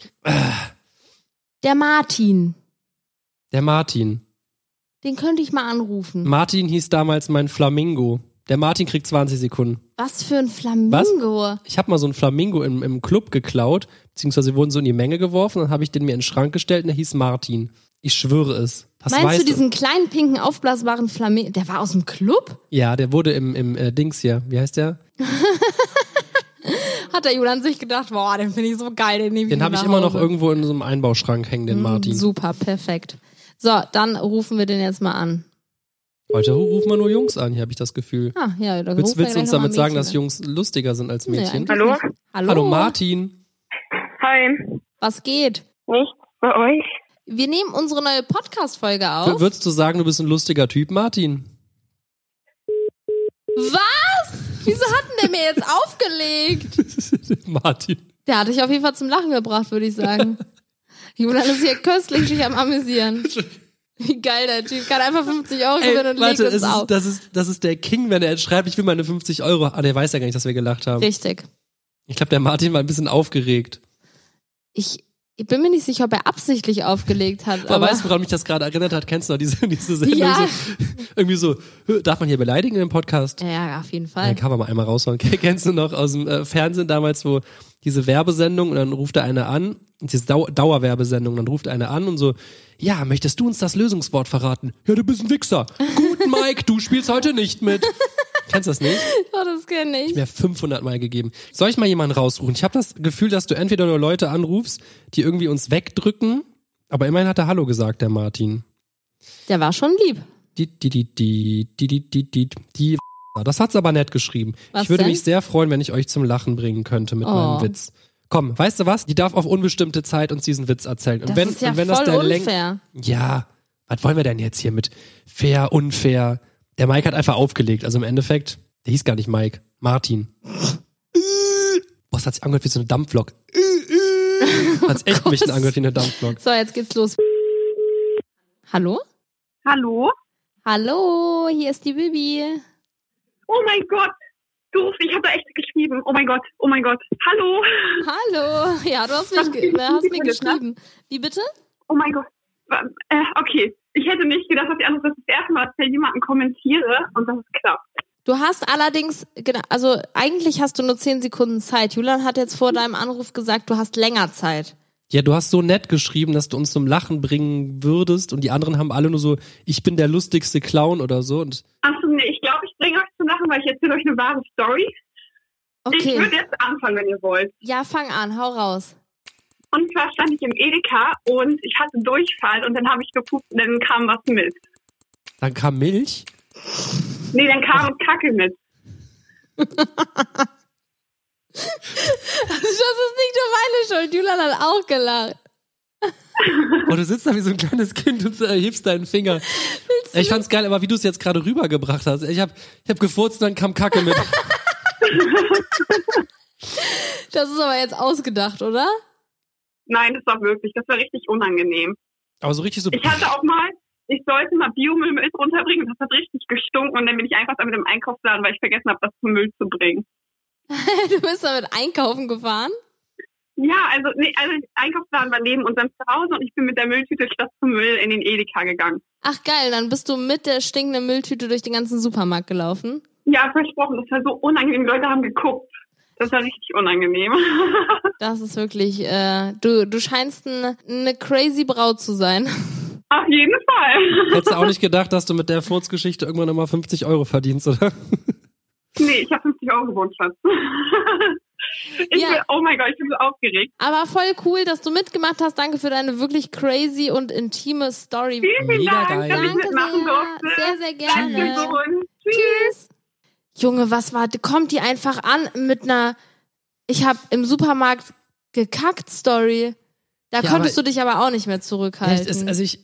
Speaker 1: Der Martin.
Speaker 2: der Martin.
Speaker 1: Den könnte ich mal anrufen.
Speaker 2: Martin hieß damals mein Flamingo. Der Martin kriegt 20 Sekunden.
Speaker 1: Was für ein Flamingo.
Speaker 2: Ich habe mal so einen Flamingo im, im Club geklaut, beziehungsweise wurden so in die Menge geworfen, dann habe ich den mir in den Schrank gestellt und der hieß Martin. Ich schwöre es. Das
Speaker 1: Meinst
Speaker 2: weißt
Speaker 1: du diesen kleinen, pinken, aufblasbaren Flamingo? Der war aus dem Club?
Speaker 2: Ja, der wurde im, im äh, Dings hier. Wie heißt der?
Speaker 1: Hat der Julian sich gedacht, boah, den finde ich so geil, den nehme ich
Speaker 2: Den
Speaker 1: mit
Speaker 2: habe ich
Speaker 1: nach
Speaker 2: immer noch
Speaker 1: Hause. Mm,
Speaker 2: irgendwo in so einem Einbauschrank hängen, den Martin.
Speaker 1: Super, perfekt. So, dann rufen wir den jetzt mal an.
Speaker 2: Heute rufen wir nur Jungs an, hier habe ich das Gefühl.
Speaker 1: Ah, ja, dann
Speaker 2: Willst,
Speaker 1: rufen wir
Speaker 2: willst
Speaker 1: gleich
Speaker 2: du uns
Speaker 1: noch mal
Speaker 2: damit sagen,
Speaker 1: Mädchen
Speaker 2: dass
Speaker 1: an.
Speaker 2: Jungs lustiger sind als
Speaker 1: Nee,
Speaker 2: Mädchen?
Speaker 1: eigentlich
Speaker 5: Hallo?
Speaker 1: nicht. Hallo?
Speaker 2: Hallo Martin.
Speaker 5: Hi.
Speaker 1: Was geht?
Speaker 6: Nichts bei euch?
Speaker 1: Wir nehmen unsere neue Podcast-Folge
Speaker 2: W-
Speaker 1: auf.
Speaker 2: Würdest du sagen, du bist ein lustiger Typ, Martin?
Speaker 1: Was? Wieso hat denn der mir jetzt aufgelegt?
Speaker 2: Martin.
Speaker 1: Der hat dich auf jeden Fall zum Lachen gebracht, würde ich sagen. Julian ist hier köstlich sich am Amüsieren. Wie geil der Typ. Kann einfach 50 Euro
Speaker 2: Ey,
Speaker 1: gewinnen und
Speaker 2: Leute,
Speaker 1: legt uns
Speaker 2: es ist,
Speaker 1: auf.
Speaker 2: das, ist, das ist der King, wenn er jetzt schreibt, ich will meine 50 Euro. Ah, der weiß ja gar nicht, dass wir gelacht haben.
Speaker 1: Richtig.
Speaker 2: Ich glaube, der Martin war ein bisschen aufgeregt.
Speaker 1: Ich, ich bin mir nicht sicher, ob er absichtlich aufgelegt hat.
Speaker 2: Aber
Speaker 1: Aber
Speaker 2: weißt du, woran mich das gerade erinnert hat? Kennst du noch diese, diese Sendung?
Speaker 1: Ja.
Speaker 2: So, irgendwie so, "Hö, darf man hier beleidigen im Podcast?
Speaker 1: ja, ja, auf jeden
Speaker 2: Ja,
Speaker 1: Fall.
Speaker 2: kann man mal einmal raushauen. Kennst du noch aus dem äh, Fernsehen damals, wo diese Werbesendung und dann ruft da einer an, diese Dau Dauerwerbesendung, dann ruft einer an und so, ja, möchtest du uns das Lösungswort verraten? Ja, du bist ein Wichser. Guten Mike, du spielst heute nicht mit. Kennst du das nicht?
Speaker 1: Oh, das kenne ich.
Speaker 2: Mir 500 Mal gegeben. Soll ich mal jemanden rausrufen? Ich habe das Gefühl, dass du entweder nur Leute anrufst, die irgendwie uns wegdrücken, aber immerhin hat er Hallo gesagt, der Martin.
Speaker 1: Der war schon lieb.
Speaker 2: Die, die, die, die, die, die, die, die, die. Das hat's aber nett geschrieben.
Speaker 1: Was
Speaker 2: ich würde
Speaker 1: denn?
Speaker 2: mich sehr freuen, wenn ich euch zum Lachen bringen könnte mit
Speaker 1: Oh.
Speaker 2: meinem Witz. Komm, weißt du was? Die darf auf unbestimmte Zeit uns diesen Witz erzählen. Und
Speaker 1: Das
Speaker 2: wenn,
Speaker 1: ist ja
Speaker 2: und wenn
Speaker 1: voll
Speaker 2: das der Lenk.
Speaker 1: unfair.
Speaker 2: Ja, was wollen wir denn jetzt hier mit fair, unfair? Der Mike hat einfach aufgelegt. Also im Endeffekt, der hieß gar nicht Mike, Martin. Boah, es hat sich angehört wie so eine Dampflok. Hat's echt mich
Speaker 1: Gott.
Speaker 2: angehört wie eine Dampflok.
Speaker 1: So, jetzt geht's los. Hallo?
Speaker 5: Hallo?
Speaker 1: Hallo, hier ist die Bibi.
Speaker 5: Oh mein Gott. Doof, ich habe da echt geschrieben. Oh mein Gott, oh mein Gott. Hallo.
Speaker 1: Hallo. Ja, du hast,
Speaker 5: Hast
Speaker 1: mich
Speaker 5: du
Speaker 1: ge äh,
Speaker 5: die
Speaker 1: hast mir
Speaker 5: Bibi ne?
Speaker 1: geschrieben. Wie bitte?
Speaker 5: Oh mein Gott. Wa- Äh, okay. Ich hätte nicht gedacht, dass ich anders das erste Mal für jemanden kommentiere und dass es klappt.
Speaker 1: Du hast allerdings, genau, also eigentlich hast du nur 10 Sekunden Zeit. Julian hat jetzt vor deinem Anruf gesagt, du hast länger Zeit.
Speaker 2: Ja, du hast so nett geschrieben, dass du uns zum Lachen bringen würdest und die anderen haben alle nur so, ich bin der lustigste Clown oder so und
Speaker 5: Achso, nee, ich glaube, ich bringe euch zum Lachen, weil ich erzähle euch eine wahre Story. Ich
Speaker 1: Okay.
Speaker 5: würde jetzt anfangen, wenn ihr wollt.
Speaker 1: Ja, fang an, hau raus.
Speaker 5: Und zwar stand ich im Edeka und ich hatte Durchfall und dann habe ich gepupt und dann kam was mit.
Speaker 2: dann kam Milch.
Speaker 5: Nee, dann kam Kacke mit.
Speaker 1: Das ist nicht nur meine Schuld. Julian hat auch gelacht.
Speaker 2: Und du sitzt da wie so ein kleines Kind und äh, hebst deinen Finger. Ich fand's geil, aber wie du es jetzt gerade rübergebracht hast. Ich hab, ich hab gefurzt und dann kam Kacke mit.
Speaker 1: Das ist aber jetzt ausgedacht, oder?
Speaker 5: Nein, das war wirklich, das war richtig unangenehm.
Speaker 2: Aber so richtig so.
Speaker 5: Ich hatte auch mal, ich sollte mal Biomüll mit runterbringen, das hat richtig gestunken und dann bin ich einfach damit im Einkaufsladen, weil ich vergessen habe, das zum Müll zu bringen.
Speaker 1: Du bist damit einkaufen gefahren.
Speaker 5: Ja, also, nee, also ich- Einkaufsladen war neben unserem Zuhause und ich bin mit der Mülltüte statt zum Müll in den Edeka gegangen.
Speaker 1: Ach geil, dann bist du mit der stinkenden Mülltüte durch den ganzen Supermarkt gelaufen.
Speaker 5: Ja, versprochen, das war so unangenehm. Die Leute haben geguckt. Das war richtig unangenehm.
Speaker 1: Das ist wirklich, äh, du, du scheinst ein, eine crazy Braut zu sein.
Speaker 5: Auf jeden Fall.
Speaker 2: Hättest du auch nicht gedacht, dass du mit der Furzgeschichte irgendwann nochmal 50 Euro verdienst, oder?
Speaker 5: Nee, ich habe 50 Euro gewonnen, Schatz. Ich
Speaker 1: Ja.
Speaker 5: bin, oh mein Gott, ich bin so aufgeregt.
Speaker 1: Aber voll cool, dass du mitgemacht hast. Danke für deine wirklich crazy und intime Story.
Speaker 5: Vielen, vielen
Speaker 2: Mega
Speaker 5: Dank,
Speaker 2: geil.
Speaker 5: dass ich
Speaker 1: Danke
Speaker 5: mitmachen durfte.
Speaker 1: sehr, sehr, sehr
Speaker 5: Danke,
Speaker 1: gerne.
Speaker 5: Sohn. Tschüss.
Speaker 1: Tschüss. Junge, was war, kommt die einfach an mit einer, ich hab im Supermarkt gekackt Story. Da
Speaker 2: Ja,
Speaker 1: konntest du
Speaker 2: aber-
Speaker 1: dich aber auch nicht mehr zurückhalten.
Speaker 2: Es ist- also ich,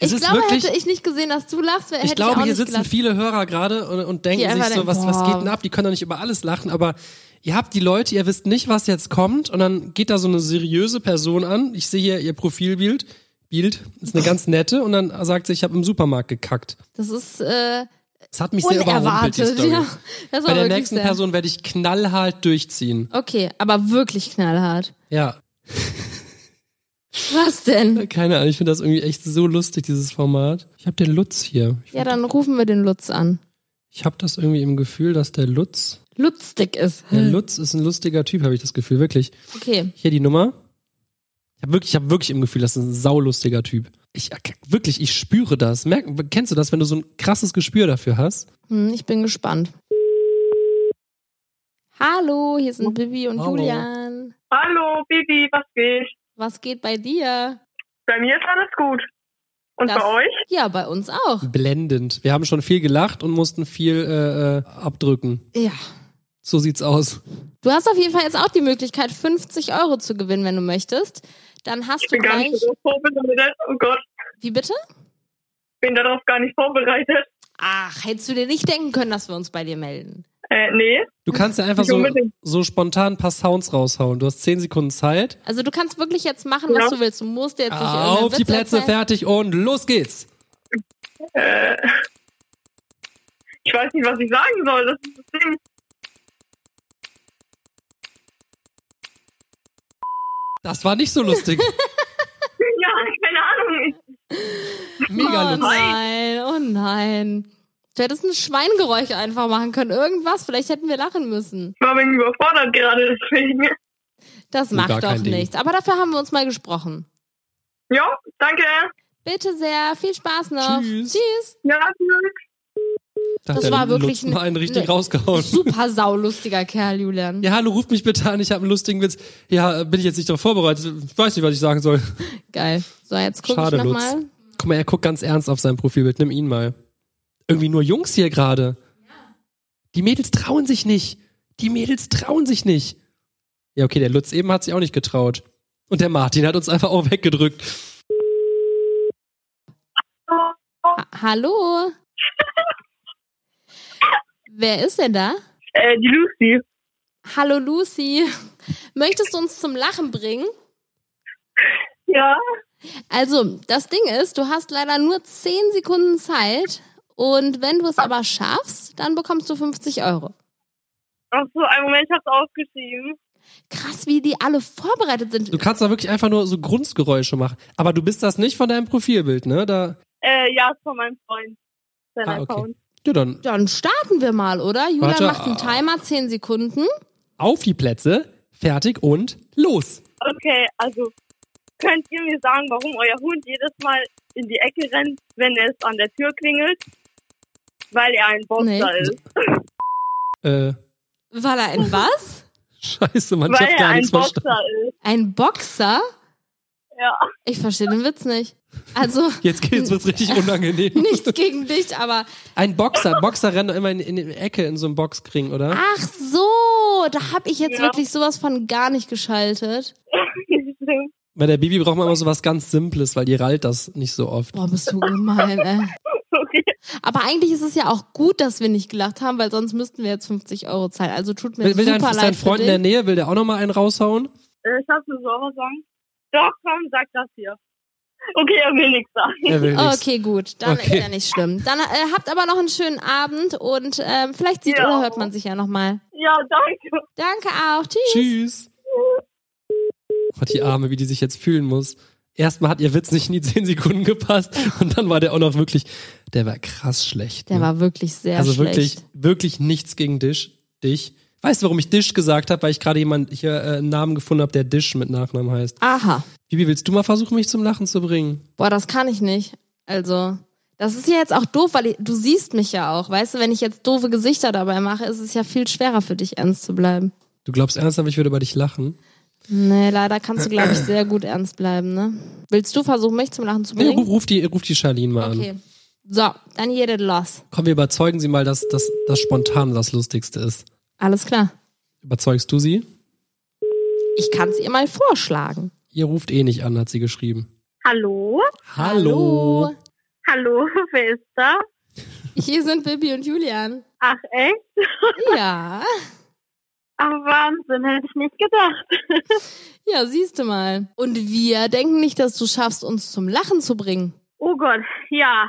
Speaker 2: es
Speaker 1: ich
Speaker 2: ist
Speaker 1: glaube,
Speaker 2: wirklich-
Speaker 1: hätte ich nicht gesehen, dass du lachst, wär- hätte
Speaker 2: ich glaube,
Speaker 1: auch
Speaker 2: hier
Speaker 1: nicht
Speaker 2: sitzen
Speaker 1: gelacht.
Speaker 2: viele Hörer gerade und, und
Speaker 1: Die
Speaker 2: denken
Speaker 1: einfach
Speaker 2: sich so,
Speaker 1: denken,
Speaker 2: was, was
Speaker 1: boah.
Speaker 2: geht denn ab? Die können doch nicht über alles lachen, aber ihr habt die Leute, ihr wisst nicht, was jetzt kommt und dann geht da so eine seriöse Person an. Ich sehe hier ihr Profilbild. Bild ist eine ganz nette und dann sagt sie, ich habe im Supermarkt gekackt.
Speaker 1: Das ist äh,
Speaker 2: Das hat mich sehr überrumpelt, die
Speaker 1: unerwartet.
Speaker 2: Story.
Speaker 1: Ja, das war
Speaker 2: Bei der
Speaker 1: wirklich
Speaker 2: nächsten
Speaker 1: sehr.
Speaker 2: Person werde ich knallhart durchziehen.
Speaker 1: Okay, aber wirklich knallhart.
Speaker 2: Ja,
Speaker 1: Was denn?
Speaker 2: keine Ahnung, ich finde das irgendwie echt so lustig, dieses Format. Ich habe den Lutz hier. Ich,
Speaker 1: Ja, dann rufen wir den Lutz an.
Speaker 2: ich habe das irgendwie im Gefühl, dass der Lutz,
Speaker 1: Lutzdick ist.
Speaker 5: Hm.
Speaker 2: der Lutz ist ein lustiger Typ, habe ich das Gefühl, wirklich.
Speaker 1: Okay.
Speaker 2: Hier die Nummer. Ich habe wirklich, ich hab wirklich im Gefühl, das ist ein saulustiger Typ. Ich äh, wirklich, ich spüre das. Merk, kennst du das, wenn du so ein krasses Gespür dafür hast?
Speaker 1: Hm, ich bin gespannt. Hallo, hier sind Bibi und
Speaker 2: Hallo.
Speaker 1: Julian.
Speaker 5: Hallo, Bibi, was geht?
Speaker 1: Was geht bei dir?
Speaker 5: Bei mir ist alles gut. Und
Speaker 1: Das-
Speaker 5: bei euch?
Speaker 1: Ja, bei uns auch.
Speaker 2: Blendend. Wir haben schon viel gelacht und mussten viel äh, äh, abdrücken.
Speaker 1: Ja.
Speaker 2: So sieht's aus.
Speaker 1: Du hast auf jeden Fall jetzt auch die Möglichkeit, 50 Euro zu gewinnen, wenn du möchtest. Dann hast
Speaker 5: Ich
Speaker 1: du
Speaker 5: bin gar
Speaker 1: gleich.
Speaker 5: nicht so vorbereitet. Oh Gott,
Speaker 1: Wie bitte?
Speaker 5: bin darauf gar nicht vorbereitet.
Speaker 1: Ach, hättest du dir nicht denken können, dass wir uns bei dir melden.
Speaker 5: Äh, nee.
Speaker 2: Du kannst ja einfach
Speaker 5: Nicht
Speaker 2: so,
Speaker 5: unbedingt.
Speaker 2: so spontan ein paar Sounds raushauen. Du hast zehn Sekunden Zeit.
Speaker 1: Also du kannst wirklich jetzt machen,
Speaker 5: Ja.
Speaker 1: was du willst. Du musst dir jetzt nicht irgendeinen
Speaker 2: Auf die
Speaker 1: Witz
Speaker 2: Plätze,
Speaker 1: erzählen.
Speaker 2: fertig und los geht's.
Speaker 5: Äh, ich weiß nicht, was ich sagen soll. Das ist das Ding.
Speaker 2: Das war nicht so lustig.
Speaker 5: Ja, keine Ahnung. Ich,
Speaker 2: Mega
Speaker 1: Oh
Speaker 2: lustig.
Speaker 1: nein, oh nein. Du hättest ein Schweingeräusch einfach machen können. Irgendwas, vielleicht hätten wir lachen müssen.
Speaker 5: ich war wegen überfordert gerade, deswegen.
Speaker 1: Das
Speaker 2: Du, gar
Speaker 1: macht doch
Speaker 2: kein Ding.
Speaker 1: nichts. Aber dafür haben wir uns mal gesprochen.
Speaker 5: Ja, danke.
Speaker 1: Bitte sehr, viel Spaß noch.
Speaker 2: Tschüss.
Speaker 1: Tschüss.
Speaker 5: Ja, tschüss.
Speaker 2: Da hat
Speaker 1: Das
Speaker 2: der
Speaker 1: war wirklich
Speaker 2: Lutz mal einen
Speaker 1: ne-
Speaker 2: richtig
Speaker 1: ne-
Speaker 2: rausgehauen.
Speaker 1: Super saulustiger Kerl, Julian.
Speaker 2: Oh. Ja, hallo, ruft mich bitte an, ich habe einen lustigen Witz. Ja, äh, bin ich jetzt nicht darauf vorbereitet. Ich weiß nicht, was ich sagen soll.
Speaker 1: Geil. So, jetzt guck
Speaker 2: Schade,
Speaker 1: ich
Speaker 2: Lutz.
Speaker 1: nochmal.
Speaker 2: Guck mal, er guckt ganz ernst auf sein Profilbild. Nimm ihn mal. Irgendwie nur Jungs hier gerade. Die Mädels trauen sich nicht. Die Mädels trauen sich nicht. Ja, okay, der Lutz eben hat sich auch nicht getraut. Und der Martin hat uns einfach auch weggedrückt.
Speaker 1: Ha Hallo. Wer ist denn da?
Speaker 5: Äh, die Lucy.
Speaker 1: Hallo Lucy. Möchtest du uns zum Lachen bringen?
Speaker 5: Ja.
Speaker 1: Also, das Ding ist, du hast leider nur 10 Sekunden Zeit. Und wenn du es aber schaffst, dann bekommst du 50 Euro.
Speaker 5: Achso, einen Moment, ich hab's aufgeschrieben.
Speaker 1: Krass, wie die alle vorbereitet sind.
Speaker 2: Du kannst da wirklich einfach nur so Grunzgeräusche machen. Aber du bist das nicht von deinem Profilbild, ne? Da,
Speaker 5: Äh, ja, ist von meinem Freund. Sein
Speaker 2: Ah, okay.
Speaker 5: Account.
Speaker 2: ja, dann
Speaker 1: Dann starten wir mal, oder? Julian
Speaker 2: Warte,
Speaker 1: macht einen
Speaker 2: ah.
Speaker 1: Timer, 10 Sekunden.
Speaker 2: auf die Plätze, fertig und los.
Speaker 5: Okay, also könnt ihr mir sagen, warum euer Hund jedes Mal in die Ecke rennt, wenn es an der Tür klingelt? Weil er ein Boxer
Speaker 1: Nee.
Speaker 5: ist.
Speaker 2: Äh,
Speaker 1: War da ein was?
Speaker 2: scheiße, man
Speaker 5: Weil
Speaker 2: schafft
Speaker 5: er
Speaker 2: gar
Speaker 5: ein
Speaker 2: nichts
Speaker 5: Boxer
Speaker 2: verstanden.
Speaker 5: ist.
Speaker 1: Ein Boxer?
Speaker 5: Ja.
Speaker 1: Ich verstehe den Witz nicht. Also,
Speaker 2: Jetzt geht's, wird's richtig unangenehm.
Speaker 1: nichts gegen dich, aber.
Speaker 2: Ein Boxer. Boxer rennen doch immer in, in die Ecke in so einem Boxkring, oder?
Speaker 1: Ach so, da habe ich jetzt
Speaker 5: Ja.
Speaker 1: wirklich sowas von gar nicht geschaltet.
Speaker 2: Bei der Bibi braucht man immer so was ganz Simples, weil die rallt das nicht so oft.
Speaker 1: Boah, bist du gemein, ey.
Speaker 5: okay.
Speaker 1: Aber eigentlich ist es ja auch gut, dass wir nicht gelacht haben, weil sonst müssten wir jetzt 50 Euro zahlen. Also tut mir
Speaker 2: Will, will
Speaker 1: super
Speaker 2: dein, ist dein
Speaker 1: leid für
Speaker 2: Freund in der
Speaker 1: dich.
Speaker 2: Nähe, will der auch nochmal einen raushauen?
Speaker 5: Äh, darfst du sauber sagen? Doch, komm, sag das hier. Okay, er will nichts sagen.
Speaker 2: Er will nichts.
Speaker 1: Okay, gut, dann
Speaker 2: Okay.
Speaker 1: ist ja nicht schlimm. Dann äh, habt aber noch einen schönen Abend und ähm, vielleicht sieht
Speaker 5: Ja.
Speaker 1: oder hört man sich ja nochmal.
Speaker 5: Ja, danke.
Speaker 1: Danke auch. Tschüss.
Speaker 2: Tschüss. Gott, die Arme, wie die sich jetzt fühlen muss. Erstmal hat ihr Witz nicht in die 10 Sekunden gepasst und dann war der auch noch wirklich, der war krass schlecht.
Speaker 1: Der
Speaker 2: ne?
Speaker 1: war wirklich sehr
Speaker 2: also
Speaker 1: schlecht.
Speaker 2: wirklich, wirklich nichts gegen Dish, dich. Weißt du, warum ich Dish gesagt habe? Weil ich gerade jemand hier äh, einen Namen gefunden habe, der Dish mit Nachnamen heißt.
Speaker 1: Aha.
Speaker 2: Bibi, willst du mal versuchen, mich zum Lachen zu bringen?
Speaker 1: Boah, das kann ich nicht. Also, das ist ja jetzt auch doof, weil ich, du siehst mich ja auch. Weißt du, wenn ich jetzt doofe Gesichter dabei mache, ist es ja viel schwerer für dich, ernst zu bleiben.
Speaker 2: Du glaubst ernsthaft, ich würde über dich lachen?
Speaker 1: Nee, leider kannst du, glaube ich, sehr gut ernst bleiben, ne? Willst du versuchen, mich zum Lachen zu
Speaker 2: Nee, ruf,
Speaker 1: bringen?
Speaker 2: ruf, die, ruf die Charlene mal an.
Speaker 1: Okay. So, dann jede los.
Speaker 2: Komm, wir überzeugen sie mal, dass das dass spontan das Lustigste ist.
Speaker 1: Alles klar.
Speaker 2: Überzeugst du sie?
Speaker 1: Ich kann es ihr mal vorschlagen.
Speaker 2: Ihr ruft eh nicht an, hat sie geschrieben.
Speaker 5: Hallo?
Speaker 2: Hallo.
Speaker 5: Hallo, wer ist da?
Speaker 1: Hier sind Bibi und Julian.
Speaker 5: Ach echt?
Speaker 1: Ja.
Speaker 5: Ach Wahnsinn, hätte ich nicht gedacht.
Speaker 1: Ja, siehst du mal. Und wir denken nicht, dass du schaffst, uns zum Lachen zu bringen.
Speaker 5: Oh Gott, ja.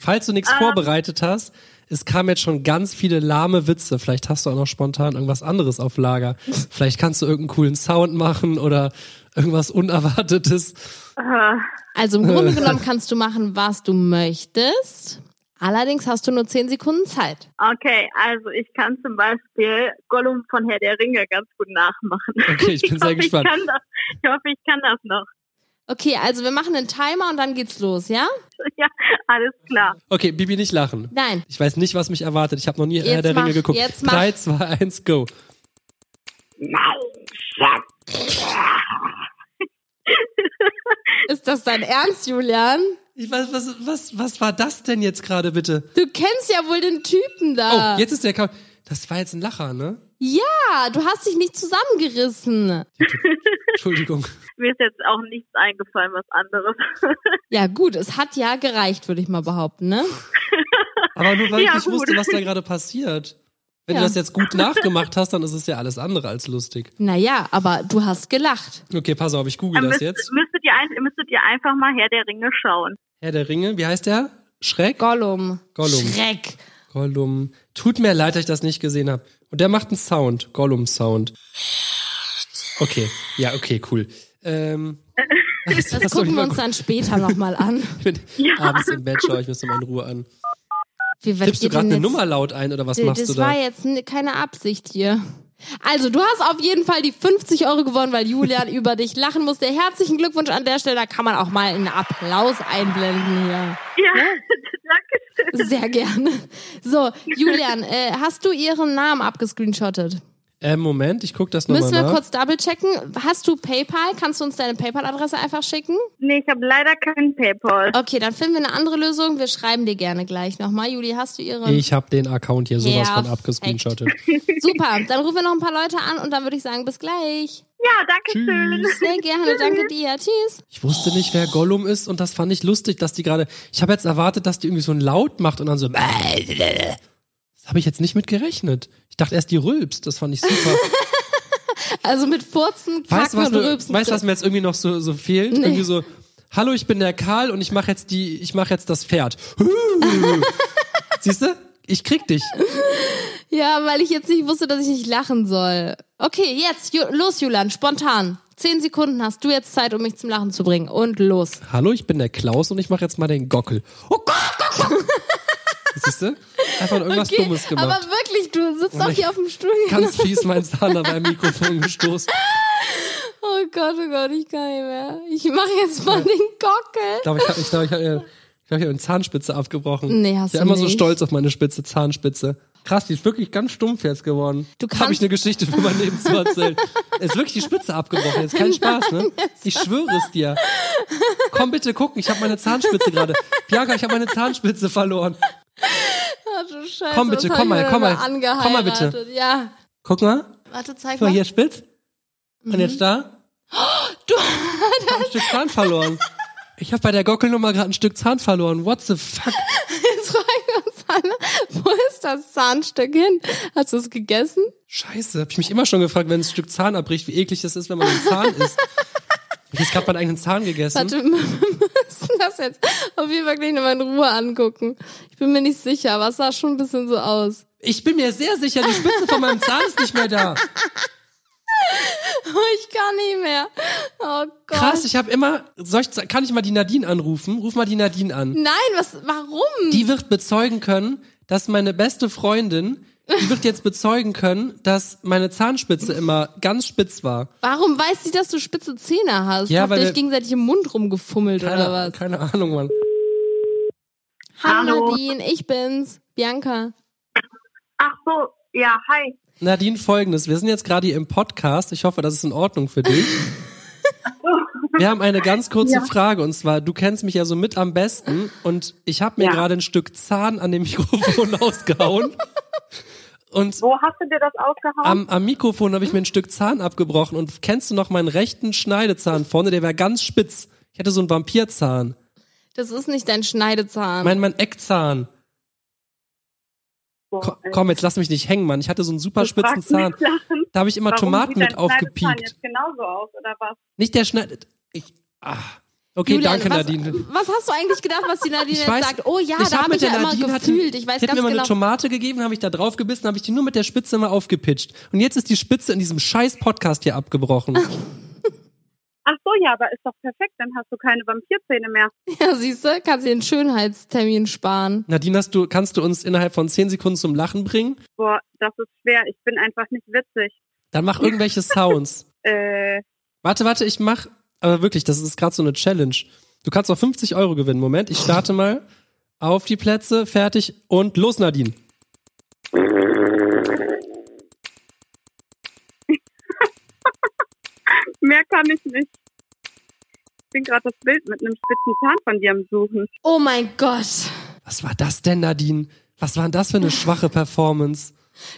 Speaker 2: Falls du
Speaker 1: Ah.
Speaker 2: nichts vorbereitet hast, es kamen jetzt schon ganz viele lahme Witze. Vielleicht hast du auch noch spontan irgendwas anderes auf Lager. Vielleicht kannst du irgendeinen coolen Sound machen oder irgendwas Unerwartetes.
Speaker 5: Äh,
Speaker 1: Also im Grunde genommen kannst du machen, was du möchtest. Allerdings hast du nur 10 Sekunden Zeit.
Speaker 5: Okay, also ich kann zum Beispiel Gollum von Herr der Ringe ganz gut nachmachen.
Speaker 2: Okay, ich bin sehr
Speaker 5: hoffe,
Speaker 2: gespannt.
Speaker 5: Ich, kann das, ich hoffe, ich kann das noch.
Speaker 1: Okay, also wir machen einen Timer und dann geht's los, ja?
Speaker 5: Ja, alles klar.
Speaker 2: Okay, Bibi, nicht lachen.
Speaker 1: Nein.
Speaker 2: Ich weiß nicht, was mich erwartet. Ich habe noch nie Herr
Speaker 1: Jetzt
Speaker 2: der Ringe
Speaker 1: mach,
Speaker 2: geguckt.
Speaker 1: jetzt mach.
Speaker 2: 3, 2, 1, go.
Speaker 1: Ist das dein Ernst, Julian?
Speaker 2: Ich weiß, was, was, was war das denn jetzt gerade bitte?
Speaker 1: Du kennst ja wohl den Typen da.
Speaker 2: Oh, jetzt ist der Count. Das war jetzt ein Lacher, ne?
Speaker 1: Ja, du hast dich nicht zusammengerissen.
Speaker 2: Entschuldigung.
Speaker 5: Mir ist jetzt auch nichts eingefallen, was anderes.
Speaker 1: Ja, gut, es hat ja gereicht, würde ich mal behaupten, ne?
Speaker 2: Aber nur weil
Speaker 5: Ja,
Speaker 2: ich nicht
Speaker 5: gut.
Speaker 2: wusste, was da gerade passiert. Wenn
Speaker 1: Ja.
Speaker 2: du das jetzt gut nachgemacht hast, dann ist es ja alles andere als lustig.
Speaker 1: Naja, aber du hast gelacht.
Speaker 2: Okay, pass auf, ich google das
Speaker 5: müsst,
Speaker 2: jetzt.
Speaker 5: Müsstet, ihr ein, müsstet ihr einfach mal Herr der Ringe schauen.
Speaker 2: Herr der Ringe, wie heißt der? Schreck?
Speaker 1: Gollum.
Speaker 2: Gollum.
Speaker 1: Schreck.
Speaker 2: Gollum. Tut mir leid, dass ich das nicht gesehen habe. Und der macht einen Sound. Gollum-Sound. Okay, ja, okay, cool. Ähm, das
Speaker 1: Das gucken wir uns dann später nochmal an.
Speaker 2: Abends im Bett schaue ich mir das nochmal in Ruhe an.
Speaker 1: Wie werdet
Speaker 2: Tippst du
Speaker 1: ihr denn
Speaker 2: gerade eine
Speaker 1: jetzt-
Speaker 2: Nummer laut ein oder was
Speaker 1: D-
Speaker 2: machst
Speaker 1: das
Speaker 2: du da?
Speaker 1: war jetzt n- keine Absicht hier. Also, du hast auf jeden Fall die 50 Euro gewonnen, weil Julian über dich lachen musste. Herzlichen Glückwunsch an der Stelle. Da kann man auch mal einen Applaus einblenden hier.
Speaker 5: Ja, danke schön.
Speaker 1: Sehr gerne. So, Julian, äh, hast du ihren Namen abgescreenshottet?
Speaker 2: Äh, Moment, ich guck das nochmal ne?
Speaker 1: Müssen wir
Speaker 2: nach.
Speaker 1: kurz double checken. Hast du PayPal? Kannst du uns deine PayPal-Adresse einfach schicken?
Speaker 5: Nee, ich habe leider keinen Paypal.
Speaker 1: Okay, dann finden wir eine andere Lösung. Wir schreiben dir gerne gleich nochmal. Juli, hast du ihre?
Speaker 2: ich habe den Account hier sowas
Speaker 1: Ja,
Speaker 2: von abgescreenshottet.
Speaker 1: Super, dann rufen wir noch ein paar Leute an und dann würde ich sagen, bis gleich.
Speaker 5: Ja, danke schön.
Speaker 1: Sehr gerne, danke dir. Tschüss.
Speaker 2: Ich wusste nicht, wer Gollum ist und das fand ich lustig, dass die gerade. Ich habe jetzt erwartet, dass die irgendwie so ein Laut macht und dann so. Das habe ich jetzt nicht mit gerechnet. Ich dachte erst, die rülpst. Das fand ich super.
Speaker 1: Also mit Furzen,
Speaker 2: weißt du,
Speaker 1: Kacken
Speaker 2: was,
Speaker 1: und
Speaker 2: mir-
Speaker 1: Rülpsen.
Speaker 2: weißt, du, was mir jetzt irgendwie noch so, so fehlt?
Speaker 1: Nee.
Speaker 2: Irgendwie so. Hallo, ich bin der Karl und ich mache jetzt die, ich mache jetzt das Pferd. Siehst du? Ich krieg dich.
Speaker 1: Ja, weil ich jetzt nicht wusste, dass ich nicht lachen soll. Okay, jetzt, Ju los Julian, spontan. Zehn Sekunden hast du jetzt Zeit, um mich zum Lachen zu bringen. Und los.
Speaker 2: Hallo, ich bin der Klaus und ich mache jetzt mal den Gockel. Oh Gott! Siehst du? Einfach irgendwas
Speaker 1: Okay,
Speaker 2: Dummes gemacht. Oh
Speaker 1: aber wirklich, du sitzt auch
Speaker 2: ich-
Speaker 1: hier auf dem Stuhl.
Speaker 2: Ganz fies mein Zahn an mein Mikrofon gestoßen.
Speaker 1: Oh Gott, oh Gott, ich kann nicht mehr. Ich mache jetzt mal den Gockel.
Speaker 2: Ich glaube, ich habe ich glaub, ich hab, ihr- ich glaub, ich hab eine Zahnspitze abgebrochen.
Speaker 1: Nee, hast
Speaker 2: ich
Speaker 1: du
Speaker 2: bin immer so
Speaker 1: nicht.
Speaker 2: stolz auf meine spitze Zahnspitze. Krass, die ist wirklich ganz stumpf jetzt geworden.
Speaker 1: Du
Speaker 2: Habe ich
Speaker 1: kannst-
Speaker 2: eine Geschichte für mein Leben zu erzählen. ist wirklich die Spitze abgebrochen. Jetzt kein Spaß, ne? Ich schwöre es dir. Komm bitte gucken, ich habe meine Zahnspitze gerade. Bianca, ich habe meine Zahnspitze verloren.
Speaker 1: Ah, du Scheiße,
Speaker 2: Komm bitte,
Speaker 1: das hab ich
Speaker 2: komm mal,
Speaker 1: mir
Speaker 2: komm
Speaker 1: dann
Speaker 2: mal. Komm mal bitte.
Speaker 1: angeheiratet. Ja.
Speaker 2: Guck mal.
Speaker 1: Warte, zeig
Speaker 2: Guck mal
Speaker 1: mal.
Speaker 2: hier spitz. Und jetzt da. Du ich hab ein Stück Zahn verloren. Ich habe bei der Gockelnummer gerade ein Stück Zahn verloren. What the fuck?
Speaker 1: Jetzt fragen wir uns alle, wo ist das Zahnstück hin? Hast du es gegessen?
Speaker 2: Scheiße, habe ich mich immer schon gefragt, wenn ein Stück Zahn abbricht, wie eklig das ist, wenn man einen Zahn isst. Ich habe gerade meinen eigenen Zahn gegessen.
Speaker 1: Warte, wir müssen das jetzt auf jeden Fall gleich nochmal in Ruhe angucken. Ich bin mir nicht sicher, aber es sah schon ein bisschen so aus.
Speaker 2: Ich bin mir sehr sicher, die Spitze von meinem Zahn ist nicht mehr da.
Speaker 1: Oh, ich kann nicht mehr. Oh Gott.
Speaker 2: Krass, ich habe immer, soll ich, kann ich mal die Nadine anrufen? Ruf mal die Nadine an.
Speaker 1: Nein, was, warum?
Speaker 2: Die wird bezeugen können, dass meine beste Freundin, die wird jetzt bezeugen können, dass meine Zahnspitze immer ganz spitz war.
Speaker 1: Warum weiß sie, dass du spitze Zähne hast?
Speaker 2: Ja,
Speaker 1: Habt
Speaker 2: weil-
Speaker 1: ihr euch gegenseitig im Mund rumgefummelt oder
Speaker 2: Keine,
Speaker 1: was?
Speaker 2: keine Ahnung, Mann.
Speaker 1: Hallo
Speaker 5: Hallo.
Speaker 1: Nadine, ich bin's, Bianca.
Speaker 5: Ach so, ja, hi.
Speaker 2: Nadine, folgendes. Wir sind jetzt gerade hier im Podcast. Ich hoffe, das ist in Ordnung für dich. Wir haben eine ganz kurze Frage und zwar, du kennst mich ja so mit am besten und ich habe mir
Speaker 5: Ja.
Speaker 2: gerade ein Stück Zahn an dem Mikrofon ausgehauen. Und
Speaker 5: Wo hast du dir das ausgehauen?
Speaker 2: am, am Mikrofon habe ich mir ein Stück Zahn abgebrochen und kennst du noch meinen rechten Schneidezahn vorne? Der war ganz spitz. Ich hatte so einen Vampirzahn.
Speaker 1: Das ist nicht dein Schneidezahn.
Speaker 2: Mein, mein Eckzahn.
Speaker 5: Boah,
Speaker 2: Ko
Speaker 5: ey,
Speaker 2: komm, jetzt lass mich nicht hängen, Mann. Ich hatte so einen super
Speaker 5: das fragt
Speaker 2: spitzen Zahn.
Speaker 5: mich lachen.
Speaker 2: Da habe ich immer
Speaker 5: Warum
Speaker 2: Tomaten
Speaker 5: sieht dein
Speaker 2: mit
Speaker 5: Schneidezahn
Speaker 2: aufgepiekt.
Speaker 5: jetzt genauso aus, oder was?
Speaker 2: Nicht der schneidet. Ich. Ah. Okay,
Speaker 1: Julian,
Speaker 2: danke,
Speaker 1: was,
Speaker 2: Nadine.
Speaker 1: Was hast du eigentlich gedacht, was die Nadine
Speaker 2: Ich
Speaker 1: jetzt
Speaker 2: weiß-
Speaker 1: sagt? Oh ja, da habe ich ja immer gefühlt. ich weiß
Speaker 2: hätte
Speaker 1: ganz
Speaker 2: mir mal
Speaker 1: genau.
Speaker 2: eine Tomate gegeben, habe ich da drauf gebissen, habe ich die nur mit der Spitze immer aufgepitcht. Und jetzt ist die Spitze in diesem scheiß Podcast hier abgebrochen.
Speaker 5: Ach so, ja, aber ist doch perfekt, dann hast du keine Vampirzähne mehr.
Speaker 1: ja, siehst du, kannst dir einen Schönheitstermin sparen.
Speaker 2: Nadine, hast du, kannst du uns innerhalb von 10 Sekunden zum Lachen bringen?
Speaker 5: Boah, das ist schwer, ich bin einfach nicht witzig.
Speaker 2: Dann mach irgendwelche Sounds.
Speaker 5: Äh,
Speaker 2: Warte, warte, ich mach. Aber wirklich, das ist gerade so eine Challenge. Du kannst auch 50 Euro gewinnen. Moment, ich starte mal. Auf die Plätze, fertig und los, Nadine.
Speaker 5: mehr kann ich nicht. Ich bin gerade das Bild mit einem spitzen Zahn von dir am Suchen.
Speaker 1: Oh mein Gott.
Speaker 2: Was war das denn, Nadine? Was war denn das für eine schwache Performance?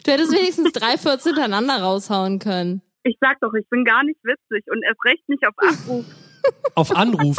Speaker 1: Du hättest wenigstens drei Viertel hintereinander raushauen können.
Speaker 5: Ich sag doch, ich bin gar nicht witzig und erst recht nicht auf Abruf.
Speaker 2: Auf Anruf.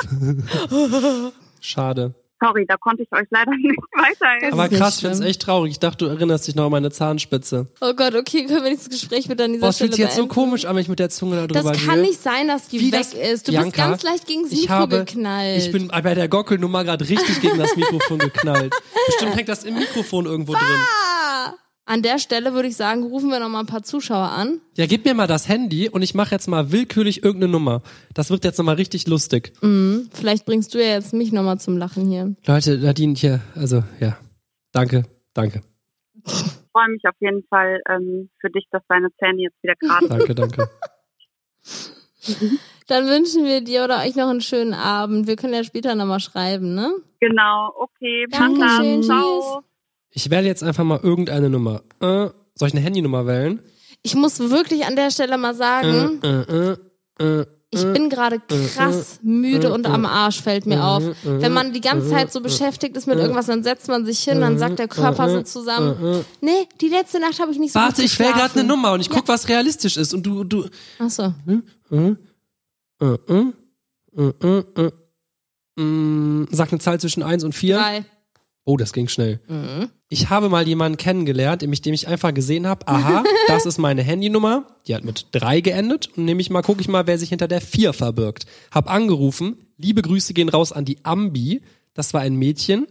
Speaker 2: Schade.
Speaker 5: Sorry, da konnte ich euch leider nicht weiterhelfen.
Speaker 2: Aber
Speaker 1: ist nicht
Speaker 2: krass, ich find's
Speaker 1: schlimm.
Speaker 2: echt traurig. Ich dachte, du erinnerst dich noch an meine Zahnspitze.
Speaker 1: Oh Gott, okay, können wir das Gespräch bitte an dieser
Speaker 2: Boah, es
Speaker 1: Stelle
Speaker 2: fühlt sich jetzt so
Speaker 1: beenden?
Speaker 2: komisch an, wenn ich mit der Zunge da drüber
Speaker 1: Das
Speaker 2: gehe.
Speaker 1: kann nicht sein, dass die
Speaker 2: Wie
Speaker 1: weg
Speaker 2: das-
Speaker 1: ist. Du bist
Speaker 2: Bianca,
Speaker 1: ganz leicht gegen das
Speaker 2: ich
Speaker 1: Mikro
Speaker 2: habe,
Speaker 1: geknallt.
Speaker 2: Ich bin bei der Gockelnummer gerade richtig gegen das Mikrofon geknallt. Bestimmt hängt das im Mikrofon irgendwo drin.
Speaker 1: ah! An der Stelle würde ich sagen, rufen wir noch mal ein paar Zuschauer an.
Speaker 2: Ja, gib mir mal das Handy und ich mache jetzt mal willkürlich irgendeine Nummer. Das wird jetzt nochmal richtig lustig.
Speaker 1: Mhm. Vielleicht bringst du ja jetzt mich noch mal zum Lachen hier.
Speaker 2: Leute, Nadine, hier, also, ja. Danke, danke,
Speaker 5: Ich freue mich auf jeden Fall ähm, für dich, dass deine Zähne jetzt wieder gerade sind.
Speaker 2: danke, danke.
Speaker 1: Dann wünschen wir dir oder euch noch einen schönen Abend. Wir können ja später noch mal schreiben, ne?
Speaker 5: Genau, okay. bis
Speaker 1: Dankeschön,
Speaker 5: dann. Ciao.
Speaker 2: Ich wähle jetzt einfach mal irgendeine Nummer. Äh, soll ich eine Handynummer wählen?
Speaker 1: Ich muss wirklich an der Stelle mal sagen,
Speaker 2: Äh, äh, äh, äh.
Speaker 1: ich bin gerade
Speaker 2: Mhm.
Speaker 1: krass müde und am Arsch, fällt mir auf. Wenn man die
Speaker 2: Mhm.
Speaker 1: ganze Zeit so beschäftigt ist mit irgendwas, dann setzt man sich hin, dann sagt der Körper so zusammen, nee, die letzte Nacht habe ich nicht so
Speaker 2: Mhm. Warte,
Speaker 1: gut
Speaker 2: ich wähle gerade
Speaker 1: geschlafen."
Speaker 2: eine Mhm. Nummer und ich guck, was realistisch ist. Und du, du.
Speaker 1: Ach so.
Speaker 2: Äh, äh, äh, äh, äh. Mm, Sag eine Zahl zwischen 1 und 4.
Speaker 1: Drei.
Speaker 2: Oh, das ging schnell. Ich habe mal jemanden kennengelernt, mit dem ich einfach gesehen habe, aha, das ist meine Handynummer. Die hat mit drei geendet und nehme ich mal, gucke ich mal, wer sich hinter der vier verbirgt. Hab angerufen, liebe Grüße gehen raus an die Ambi. Das war ein Mädchen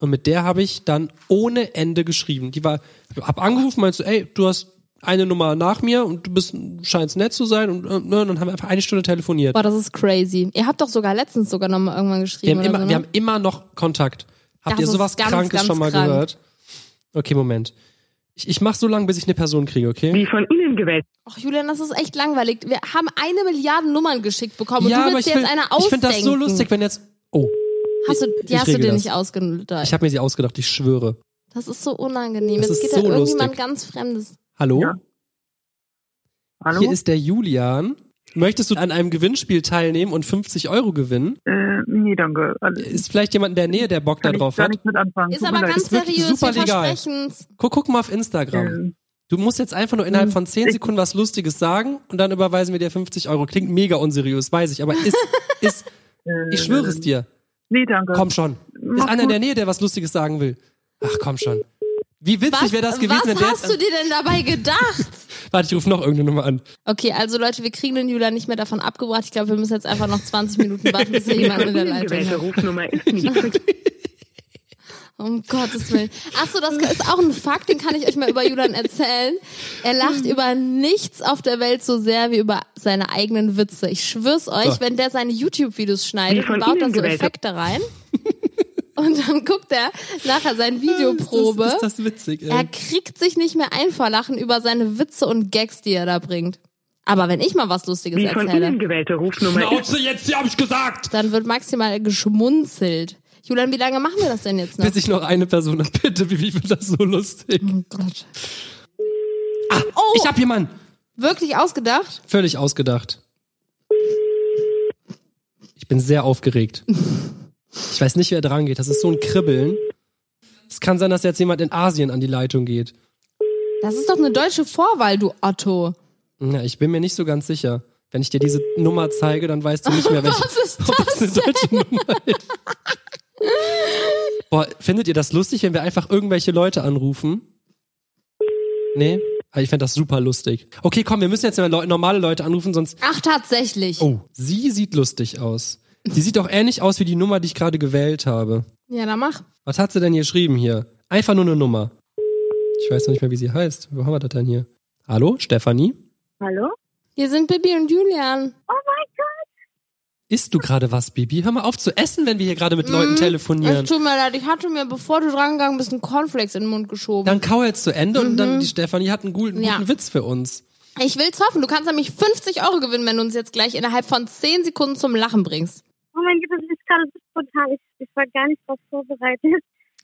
Speaker 2: und mit der habe ich dann ohne Ende geschrieben. Die war, hab angerufen, meinst du, ey, du hast eine Nummer nach mir und du bist, scheinst nett zu sein und, äh, ne, und dann haben wir einfach eine Stunde telefoniert.
Speaker 1: Boah, das ist crazy. Ihr habt doch sogar letztens sogar noch mal irgendwann
Speaker 2: Wir
Speaker 1: geschrieben. oder
Speaker 2: haben, immer,
Speaker 1: so, ne?
Speaker 2: wir haben immer noch Kontakt. Habt
Speaker 1: Das
Speaker 2: ihr
Speaker 1: ist
Speaker 2: sowas
Speaker 1: ganz,
Speaker 2: Krankes
Speaker 1: ganz
Speaker 2: schon mal
Speaker 1: krank.
Speaker 2: gehört? Okay, Moment. Ich, ich mach so lange, bis ich eine Person kriege, okay?
Speaker 7: Die von Ihnen gewählte
Speaker 1: Ach, Julian, das ist echt langweilig. Wir haben eine Milliarde Nummern geschickt bekommen und du willst dir
Speaker 2: will-
Speaker 1: jetzt eine
Speaker 2: ich
Speaker 1: ausdenken.
Speaker 2: finde das so lustig, wenn jetzt. Oh,
Speaker 1: Hast du,
Speaker 2: Ich-
Speaker 1: die
Speaker 2: ich
Speaker 1: hast du
Speaker 2: regel
Speaker 1: dir
Speaker 2: das.
Speaker 1: nicht ausgedacht.
Speaker 2: ich habe mir sie ausgedacht, ich schwöre.
Speaker 1: Das ist so unangenehm.
Speaker 2: Das
Speaker 1: Jetzt geht
Speaker 2: ist so
Speaker 1: da irgendjemand
Speaker 2: lustig.
Speaker 1: ganz Fremdes.
Speaker 2: Hallo?
Speaker 7: Ja. Hallo?
Speaker 2: Hier ist der Julian. Möchtest du an einem Gewinnspiel teilnehmen und 50 Euro gewinnen?
Speaker 7: äh, nee, danke. Also,
Speaker 2: Ist vielleicht jemand in der Nähe, der Bock da
Speaker 7: kann
Speaker 2: drauf
Speaker 7: ich gar
Speaker 2: hat?
Speaker 7: nichts mit anfangen.
Speaker 1: Ist
Speaker 7: Tut
Speaker 1: aber
Speaker 7: mir leid.
Speaker 1: ganz
Speaker 2: Ist wirklich
Speaker 1: seriös,
Speaker 2: super
Speaker 1: wir
Speaker 2: legal.
Speaker 1: versprechen's.
Speaker 2: Guck, guck mal auf Instagram.
Speaker 7: Ähm,
Speaker 2: Du musst jetzt einfach nur innerhalb von 10 Sekunden was Lustiges sagen und dann überweisen wir dir 50 Euro. Klingt mega unseriös, weiß ich, aber ist, ist,
Speaker 7: äh,
Speaker 2: ich schwöre es dir.
Speaker 7: Nee, danke.
Speaker 2: Komm schon. Ist
Speaker 7: Mach
Speaker 2: einer in
Speaker 7: gut.
Speaker 2: der Nähe, der was Lustiges sagen will? Ach, komm schon. Wie witzig
Speaker 1: Was,
Speaker 2: wäre das gewesen, wenn
Speaker 1: was
Speaker 2: der
Speaker 1: hast
Speaker 2: jetzt...
Speaker 1: du dir denn dabei gedacht?
Speaker 2: Warte, ich rufe noch irgendeine Nummer an.
Speaker 1: Okay, also Leute, wir kriegen den Julian nicht mehr davon abgebracht. Ich glaube, wir müssen jetzt einfach noch 20 Minuten warten, bis hier jemand in der
Speaker 7: Die von Ihnen
Speaker 1: Leitung
Speaker 7: gewählte
Speaker 1: ist.
Speaker 7: Rufnummer ist nicht
Speaker 1: Um Gottes Willen. Achso, das ist auch ein Fakt, den kann ich euch mal über Julian erzählen. Er
Speaker 2: Hm.
Speaker 1: lacht über nichts auf der Welt so sehr wie über seine eigenen Witze. Ich schwör's euch,
Speaker 2: So.
Speaker 1: wenn der seine YouTube-Videos
Speaker 7: Wie
Speaker 1: schneidet
Speaker 7: von
Speaker 1: und baut
Speaker 7: Ihnen
Speaker 1: dann so
Speaker 7: gewählt.
Speaker 1: Effekte rein. Und dann guckt er nachher seine Videoprobe.
Speaker 2: Ist das, ist das witzig, ey.
Speaker 1: Er kriegt sich nicht mehr ein vor Lachen über seine Witze und Gags, die er da bringt. Aber wenn ich mal was Lustiges
Speaker 7: Die von Ihnen
Speaker 1: erzähle,
Speaker 7: gewählte Rufnummer ist
Speaker 2: Schnauze jetzt, hier hab ich gesagt!
Speaker 1: dann wird maximal geschmunzelt. Julian, wie lange machen wir das denn jetzt noch?
Speaker 2: Bis ich noch eine Person habe. Bitte, wie wird das so lustig?
Speaker 1: Oh Gott.
Speaker 2: Ah,
Speaker 1: Oh.
Speaker 2: ich hab jemanden.
Speaker 1: Wirklich ausgedacht?
Speaker 2: Völlig ausgedacht. Ich bin sehr aufgeregt. Ich weiß nicht, wer dran geht. Das ist so ein Kribbeln. Es kann sein, dass jetzt jemand in Asien an die Leitung geht.
Speaker 1: Das ist doch eine deutsche Vorwahl, du Otto.
Speaker 2: Na, ich bin mir nicht so ganz sicher. Wenn ich dir diese Nummer zeige, dann weißt du nicht mehr, welche
Speaker 1: Was ist
Speaker 2: ob das eine deutsche Nummer ist. Boah, findet ihr das lustig, wenn wir einfach irgendwelche Leute anrufen? Nee? Ah, Ich fänd das super lustig. Okay, komm, wir müssen jetzt mal Leu- normale Leute anrufen, sonst
Speaker 1: Ach, tatsächlich.
Speaker 2: Oh, sie sieht lustig aus. Sie sieht auch ähnlich aus wie die Nummer, die ich gerade gewählt habe.
Speaker 1: Ja, dann mach.
Speaker 2: Was hat sie denn hier geschrieben hier? Einfach nur eine Nummer. Ich weiß noch nicht mehr, wie sie heißt. Wo haben wir das denn hier? Hallo, Stefanie?
Speaker 6: Hallo?
Speaker 1: Hier sind Bibi und Julian.
Speaker 2: Isst du gerade was, Bibi? Hör mal auf zu essen, wenn wir hier gerade mit Leuten telefonieren.
Speaker 1: Es tut mir leid, ich hatte mir, bevor du drangegangen bist, einen Cornflakes in den Mund geschoben.
Speaker 2: Dann kau jetzt zu Ende und dann die Stefanie hat einen guten,
Speaker 1: Ja.
Speaker 2: guten Witz für uns.
Speaker 1: Ich will's hoffen. Du kannst nämlich 50 Euro gewinnen, wenn du uns jetzt gleich innerhalb von 10 Sekunden zum Lachen bringst.
Speaker 6: Oh mein Gott, das ist gerade so spontan. Ich, ich war gar nicht drauf vorbereitet.
Speaker 2: Mhm.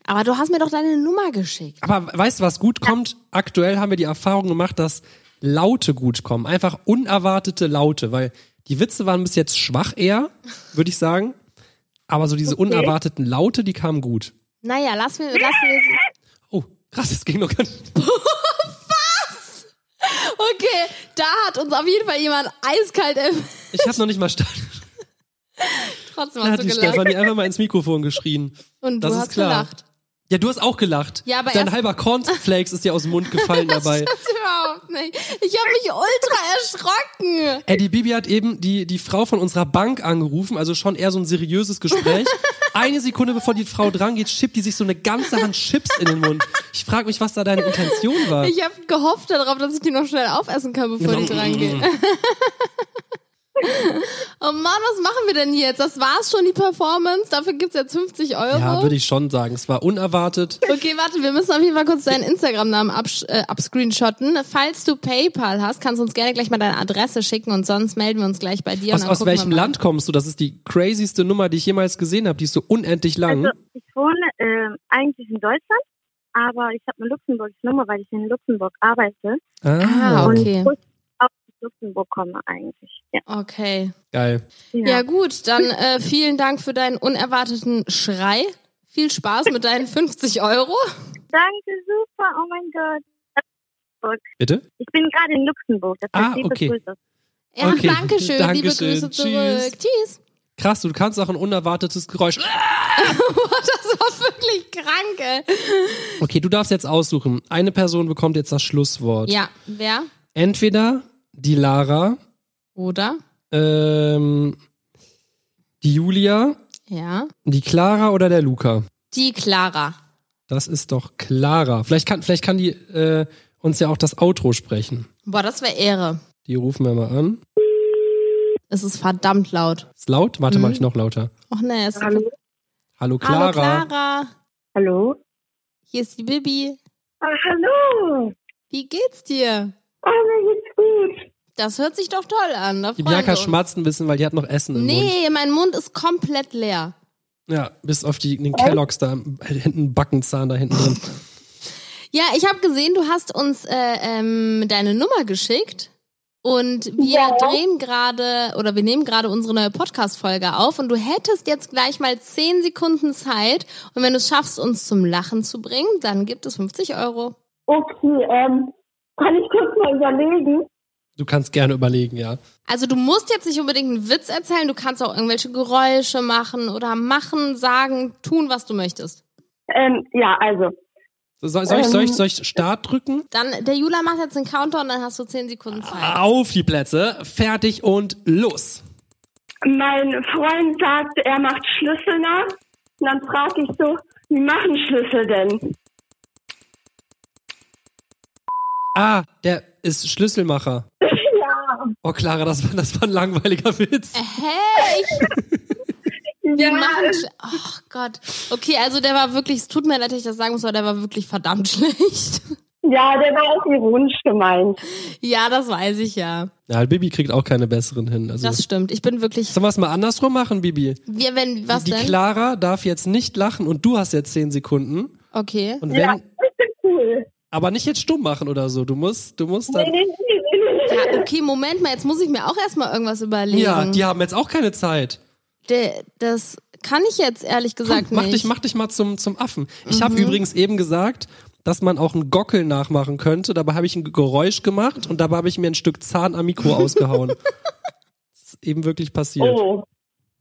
Speaker 1: Aber du hast mir doch deine Nummer geschickt.
Speaker 2: Aber weißt du, was gut kommt? Aktuell haben wir die Erfahrung gemacht, dass Laute gut kommen. Einfach unerwartete Laute, weil die Witze waren bis jetzt schwach eher, würde ich sagen. Aber so diese unerwarteten Laute, die kamen gut.
Speaker 1: Naja, lass mir, lass mir.
Speaker 2: Oh, krass, das ging noch gar nicht.
Speaker 1: Okay, da hat uns auf jeden Fall jemand eiskalt im.
Speaker 2: Ich habe noch nicht mal starten.
Speaker 1: Trotzdem
Speaker 2: Da
Speaker 1: hast du
Speaker 2: hat die
Speaker 1: gelacht.
Speaker 2: Stefanie einfach mal ins Mikrofon geschrien.
Speaker 1: Und du
Speaker 2: das ist
Speaker 1: hast
Speaker 2: klar.
Speaker 1: gelacht.
Speaker 2: Ja, du hast auch gelacht.
Speaker 1: Ja, aber
Speaker 2: Dein
Speaker 1: erst-
Speaker 2: halber Cornflakes ist dir aus dem Mund gefallen dabei.
Speaker 1: Überhaupt nicht. Ich habe mich ultra erschrocken.
Speaker 2: Ey, die Bibi hat eben die, die Frau von unserer Bank angerufen, also schon eher so ein seriöses Gespräch. Eine Sekunde bevor die Frau drangeht, schippt die sich so eine ganze Hand Chips in den Mund. Ich frage mich, was da deine Intention war.
Speaker 1: Ich habe gehofft darauf, dass ich die noch schnell aufessen kann, bevor die dran
Speaker 2: Mhm.
Speaker 1: gehen. Oh Mann, was machen wir denn jetzt? Das war's schon, die Performance. Dafür gibt's jetzt 50 Euro.
Speaker 2: Ja, würde ich schon sagen. Es war unerwartet.
Speaker 1: Okay, warte, wir müssen auf jeden Fall kurz deinen Instagram-Namen absch- äh, abscreenshotten. Falls du PayPal hast, kannst du uns gerne gleich mal deine Adresse schicken und sonst melden wir uns gleich bei dir. und
Speaker 2: Aus,
Speaker 1: dann
Speaker 2: aus
Speaker 1: gucken wir
Speaker 2: welchem
Speaker 1: mal.
Speaker 2: Land kommst du? Das ist die crazyste Nummer, die ich jemals gesehen habe. Die ist so unendlich lang.
Speaker 6: Also, ich wohne ähm, eigentlich in Deutschland, aber ich habe eine Luxemburg-Nummer, weil ich in Luxemburg arbeite.
Speaker 1: Ah, okay.
Speaker 6: Und aus Luxemburg komme eigentlich. Ja. genau.
Speaker 1: Okay.
Speaker 2: Geil.
Speaker 1: Ja, gut, dann äh, vielen Dank für deinen unerwarteten Schrei. Viel Spaß mit deinen 50 Euro.
Speaker 6: Danke, super. Oh mein Gott.
Speaker 2: Bitte?
Speaker 6: Ich bin gerade in Luxemburg. Das
Speaker 2: Ah,
Speaker 6: heißt, liebe
Speaker 2: okay.
Speaker 6: Grüße.
Speaker 1: Ja,
Speaker 2: Okay,
Speaker 1: danke schön. Liebe
Speaker 2: Dankeschön.
Speaker 1: Grüße zurück. Tschüss.
Speaker 2: Krass, du kannst auch ein unerwartetes Geräusch.
Speaker 1: Das war wirklich krank, ey.
Speaker 2: Okay, du darfst jetzt aussuchen. Eine Person bekommt jetzt das Schlusswort.
Speaker 1: Ja, wer?
Speaker 2: Entweder die Lara,
Speaker 1: Oder?
Speaker 2: ähm, die Julia,
Speaker 1: Ja.
Speaker 2: die Clara oder der Luca.
Speaker 1: Die Clara.
Speaker 2: Das ist doch Clara. Vielleicht kann, vielleicht kann die äh, uns ja auch das Outro sprechen.
Speaker 1: Boah, das wäre Ehre.
Speaker 2: Die rufen wir mal an.
Speaker 1: Es ist verdammt laut.
Speaker 2: Ist laut? Warte,
Speaker 1: Mhm.
Speaker 2: mach ich noch lauter.
Speaker 1: Och ne, es ist
Speaker 6: Hallo.
Speaker 2: Hallo Clara.
Speaker 1: Hallo Clara.
Speaker 6: Hallo.
Speaker 1: Hier ist die Bibi.
Speaker 6: Ah, hallo.
Speaker 1: Wie geht's dir?
Speaker 6: Oh, mir geht's gut.
Speaker 1: Das hört sich doch toll an. Da
Speaker 2: Die
Speaker 1: freuen wir
Speaker 2: Bianca
Speaker 1: uns.
Speaker 2: schmatzt ein bisschen, weil die hat noch Essen im Mund.
Speaker 1: Nee, mein Mund ist komplett leer.
Speaker 2: Ja, bis auf die, den Kelloggs da am- hinten, Backenzahn da hinten drin.
Speaker 1: Ja, ich habe gesehen, du hast uns äh, ähm, deine Nummer geschickt. Und wir
Speaker 6: Ja.
Speaker 1: drehen gerade oder wir nehmen gerade unsere neue Podcast-Folge auf und du hättest jetzt gleich mal 10 Sekunden Zeit. Und wenn du es schaffst, uns zum Lachen zu bringen, dann gibt es 50 Euro.
Speaker 6: Okay, ähm, kann ich kurz mal überlegen?
Speaker 2: Du kannst gerne überlegen, ja.
Speaker 1: Also du musst jetzt nicht unbedingt einen Witz erzählen, du kannst auch irgendwelche Geräusche machen oder machen, sagen, tun, was du möchtest.
Speaker 6: Ähm, ja, also.
Speaker 2: So, soll, soll, ich, soll,
Speaker 8: Ähm,
Speaker 2: ich, soll ich Start drücken?
Speaker 1: Dann, der Jula macht jetzt einen Countdown, dann hast du 10 Sekunden Zeit.
Speaker 2: Auf die Plätze, fertig und los.
Speaker 6: Mein Freund sagt, er macht Schlüssel nach. Und dann frage ich so,
Speaker 8: Wie machen Schlüssel denn?
Speaker 2: Ah, der ist Schlüsselmacher.
Speaker 8: ja. Äh.
Speaker 2: Oh, Clara, das war, das war ein langweiliger Witz.
Speaker 1: Hä? Äh, Ich, wir
Speaker 8: ja.
Speaker 1: machen. Sch- Ach Gott. Okay, also der war wirklich, es tut mir leid, dass ich das sagen muss, aber der war wirklich verdammt schlecht.
Speaker 8: ja, der war auch ironisch gemeint.
Speaker 1: Ja, das weiß ich ja.
Speaker 2: Ja, Bibi kriegt auch keine besseren hin. Also,
Speaker 1: Das stimmt. Ich bin wirklich.
Speaker 2: Sollen wir es mal andersrum machen, Bibi?
Speaker 1: Wir, wenn, was
Speaker 2: Die
Speaker 1: denn?
Speaker 2: Clara darf jetzt nicht lachen und du hast jetzt zehn Sekunden.
Speaker 1: Okay.
Speaker 2: Und wenn,
Speaker 8: Ja, richtig cool.
Speaker 2: aber nicht jetzt stumm machen oder so. Du musst, du musst
Speaker 8: Nee,
Speaker 2: dann.
Speaker 8: nee, nee, nee, nee.
Speaker 1: Ja, okay, Moment mal, jetzt muss ich mir auch erstmal irgendwas überlegen.
Speaker 2: Ja, die haben jetzt auch keine Zeit.
Speaker 1: Der- das kann ich jetzt ehrlich gesagt
Speaker 2: Komm, mach
Speaker 1: nicht. Mhm.
Speaker 2: dich, mach dich mal zum, zum Affen. Ich habe übrigens eben gesagt, dass man auch einen Gockel nachmachen könnte. Dabei habe ich ein Geräusch gemacht und dabei habe ich mir ein Stück Zahn am Mikro ausgehauen. das ist eben wirklich passiert.
Speaker 8: Oh,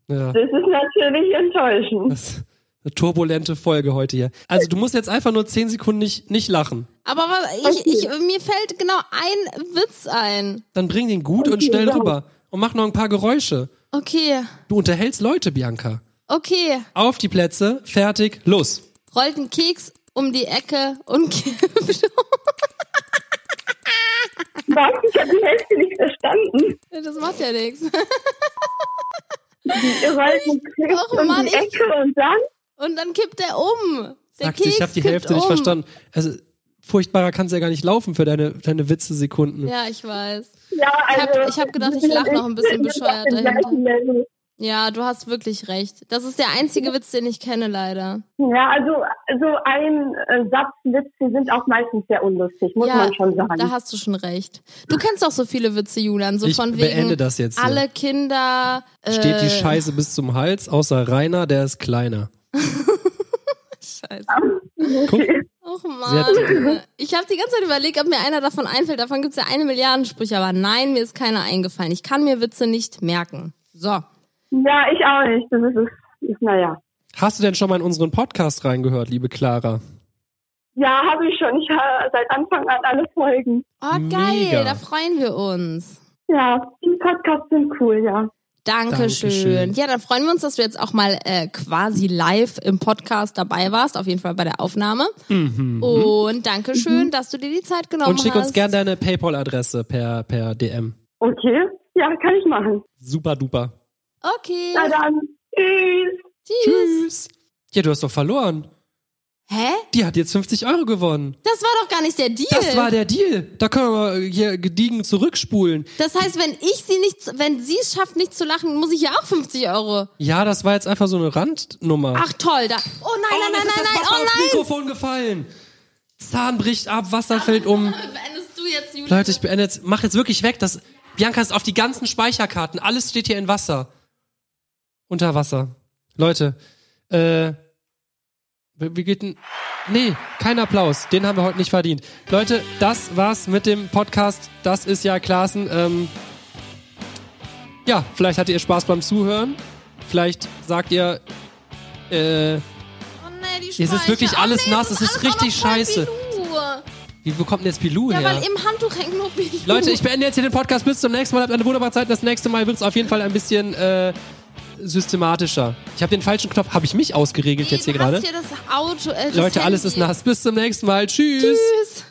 Speaker 2: Ja.
Speaker 8: das ist natürlich enttäuschend.
Speaker 2: Das ist eine turbulente Folge heute hier. Also du musst jetzt einfach nur zehn Sekunden nicht, nicht lachen.
Speaker 1: Aber was, ich, ich, mir fällt genau ein Witz ein.
Speaker 2: Dann bring den gut und schnell
Speaker 8: genau.
Speaker 2: rüber. Und mach noch ein paar Geräusche.
Speaker 1: Okay,
Speaker 2: Du unterhältst Leute, Bianca.
Speaker 1: okay.
Speaker 2: Auf die Plätze, fertig, los.
Speaker 1: Rollt ein Keks um die Ecke und kippt um.
Speaker 8: Was? Ich habe die Hälfte nicht verstanden.
Speaker 1: Das macht ja nichts.
Speaker 8: Ihr wollt einen Keks
Speaker 1: Oh,
Speaker 8: um
Speaker 1: Mann,
Speaker 8: die
Speaker 1: ich-
Speaker 8: Ecke und dann?
Speaker 1: Und dann kippt er um. Der
Speaker 2: Sagt sie,
Speaker 1: Keks
Speaker 2: ich habe die
Speaker 1: kippt
Speaker 2: Hälfte
Speaker 1: um.
Speaker 2: nicht verstanden. Also furchtbarer kann's ja gar nicht laufen für deine, deine Witze-Sekunden.
Speaker 1: Ja, ich weiß.
Speaker 8: Ja,
Speaker 1: hab-
Speaker 8: also.
Speaker 1: ich hab gedacht, ich
Speaker 8: wir sind
Speaker 1: lach noch ein bisschen
Speaker 8: echt auf dem
Speaker 1: bescheuert dahinter.
Speaker 8: gleichen Level.
Speaker 1: Ja, du hast wirklich recht. Das ist der einzige Witz, den ich kenne, leider.
Speaker 8: Ja, also so ein äh, Satz Witze sind auch meistens sehr unlustig, muss
Speaker 1: Ja,
Speaker 8: man schon sagen.
Speaker 1: Da hast du schon recht. Du kennst doch so viele Witze, Julian. So
Speaker 2: ich
Speaker 1: von
Speaker 2: beende
Speaker 1: wegen
Speaker 2: das jetzt. Hier.
Speaker 1: alle Kinder. Äh,
Speaker 2: Steht die Scheiße bis zum Hals, außer Rainer, der ist kleiner.
Speaker 1: Scheiße.
Speaker 2: Guck,
Speaker 1: Och
Speaker 2: Sie
Speaker 1: Mann. Ich habe die ganze Zeit überlegt, ob mir einer davon einfällt. Davon gibt's ja eine Milliarden Sprüche, aber nein, mir ist keiner eingefallen. Ich kann mir Witze nicht merken. So.
Speaker 8: Ja, ich auch nicht. Das ist, ist, ist naja.
Speaker 2: hast du denn schon mal in unseren Podcast reingehört, liebe Clara?
Speaker 8: Ja, habe ich schon. Ich habe seit Anfang an alle Folgen.
Speaker 1: Oh, geil,
Speaker 2: Mega.
Speaker 1: da freuen wir uns.
Speaker 8: Ja, die Podcasts sind cool, ja.
Speaker 1: Dankeschön.
Speaker 2: Dankeschön.
Speaker 1: Ja, dann freuen wir uns, dass du jetzt auch mal äh, quasi live im Podcast dabei warst, auf jeden Fall bei der Aufnahme. Mhm. Und Dankeschön, dass du dir die Zeit genommen
Speaker 2: Mhm. Und schick
Speaker 1: hast.
Speaker 2: uns gerne deine PayPal-Adresse per, per DM.
Speaker 8: Okay, ja, kann ich machen.
Speaker 2: Super duper.
Speaker 1: Okay.
Speaker 8: Na dann, tschüss.
Speaker 1: Tschüss.
Speaker 2: Tschüss. Ja, du hast doch verloren.
Speaker 1: Hä?
Speaker 2: Die hat jetzt 50 Euro gewonnen.
Speaker 1: Das war doch gar nicht der Deal.
Speaker 2: Das war der Deal. Da können wir mal hier gediegen zurückspulen.
Speaker 1: Das heißt, wenn ich sie nicht, wenn sie es schafft, nicht zu lachen, muss ich ja auch 50 Euro.
Speaker 2: Ja, das war jetzt einfach so eine Randnummer.
Speaker 1: Ach toll, da. Oh nein,
Speaker 2: Oh,
Speaker 1: nein,
Speaker 2: jetzt
Speaker 1: nein,
Speaker 2: ist
Speaker 1: nein,
Speaker 2: das
Speaker 1: nein,
Speaker 2: Wasser
Speaker 1: oh
Speaker 2: aufs
Speaker 1: nein.
Speaker 2: Mikrofon gefallen. Zahn bricht ab, Wasser fällt um.
Speaker 1: Beendest du jetzt, Julia?
Speaker 2: Leute, ich beende jetzt. Mach jetzt wirklich weg. Das, Bianca ist auf die ganzen Speicherkarten. Alles steht hier in Wasser. Unter Wasser. Leute, äh, wie wie geht denn... Nee, kein Applaus. Den haben wir heute nicht verdient. Leute, das war's mit dem Podcast. Das ist ja Klaassen. Ähm, ja, vielleicht hattet ihr Spaß beim Zuhören. Vielleicht sagt ihr, äh,
Speaker 1: oh nee, die
Speaker 2: es
Speaker 1: Speicher.
Speaker 2: ist wirklich alles
Speaker 1: oh, nee,
Speaker 2: nass.
Speaker 1: das
Speaker 2: Es ist
Speaker 1: alles auch
Speaker 2: richtig
Speaker 1: noch voll
Speaker 2: scheiße.
Speaker 1: Bilou.
Speaker 2: Wie bekommt denn jetzt Pilou
Speaker 1: Ja,
Speaker 2: her?
Speaker 1: weil im Handtuch hängt nur Bilou.
Speaker 2: Leute, ich beende jetzt hier den Podcast. Bis zum nächsten Mal. Habt eine wunderbare Zeit. Das nächste Mal wird es auf jeden Fall ein bisschen äh, systematischer. Ich habe den falschen Knopf. Habe ich mich ausgeregelt jetzt hier
Speaker 1: Du hast
Speaker 2: gerade?
Speaker 1: hier das Auto. Äh, das
Speaker 2: Leute, alles ist
Speaker 1: Handy.
Speaker 2: nass. Bis zum nächsten Mal. Tschüss.
Speaker 1: Tschüss.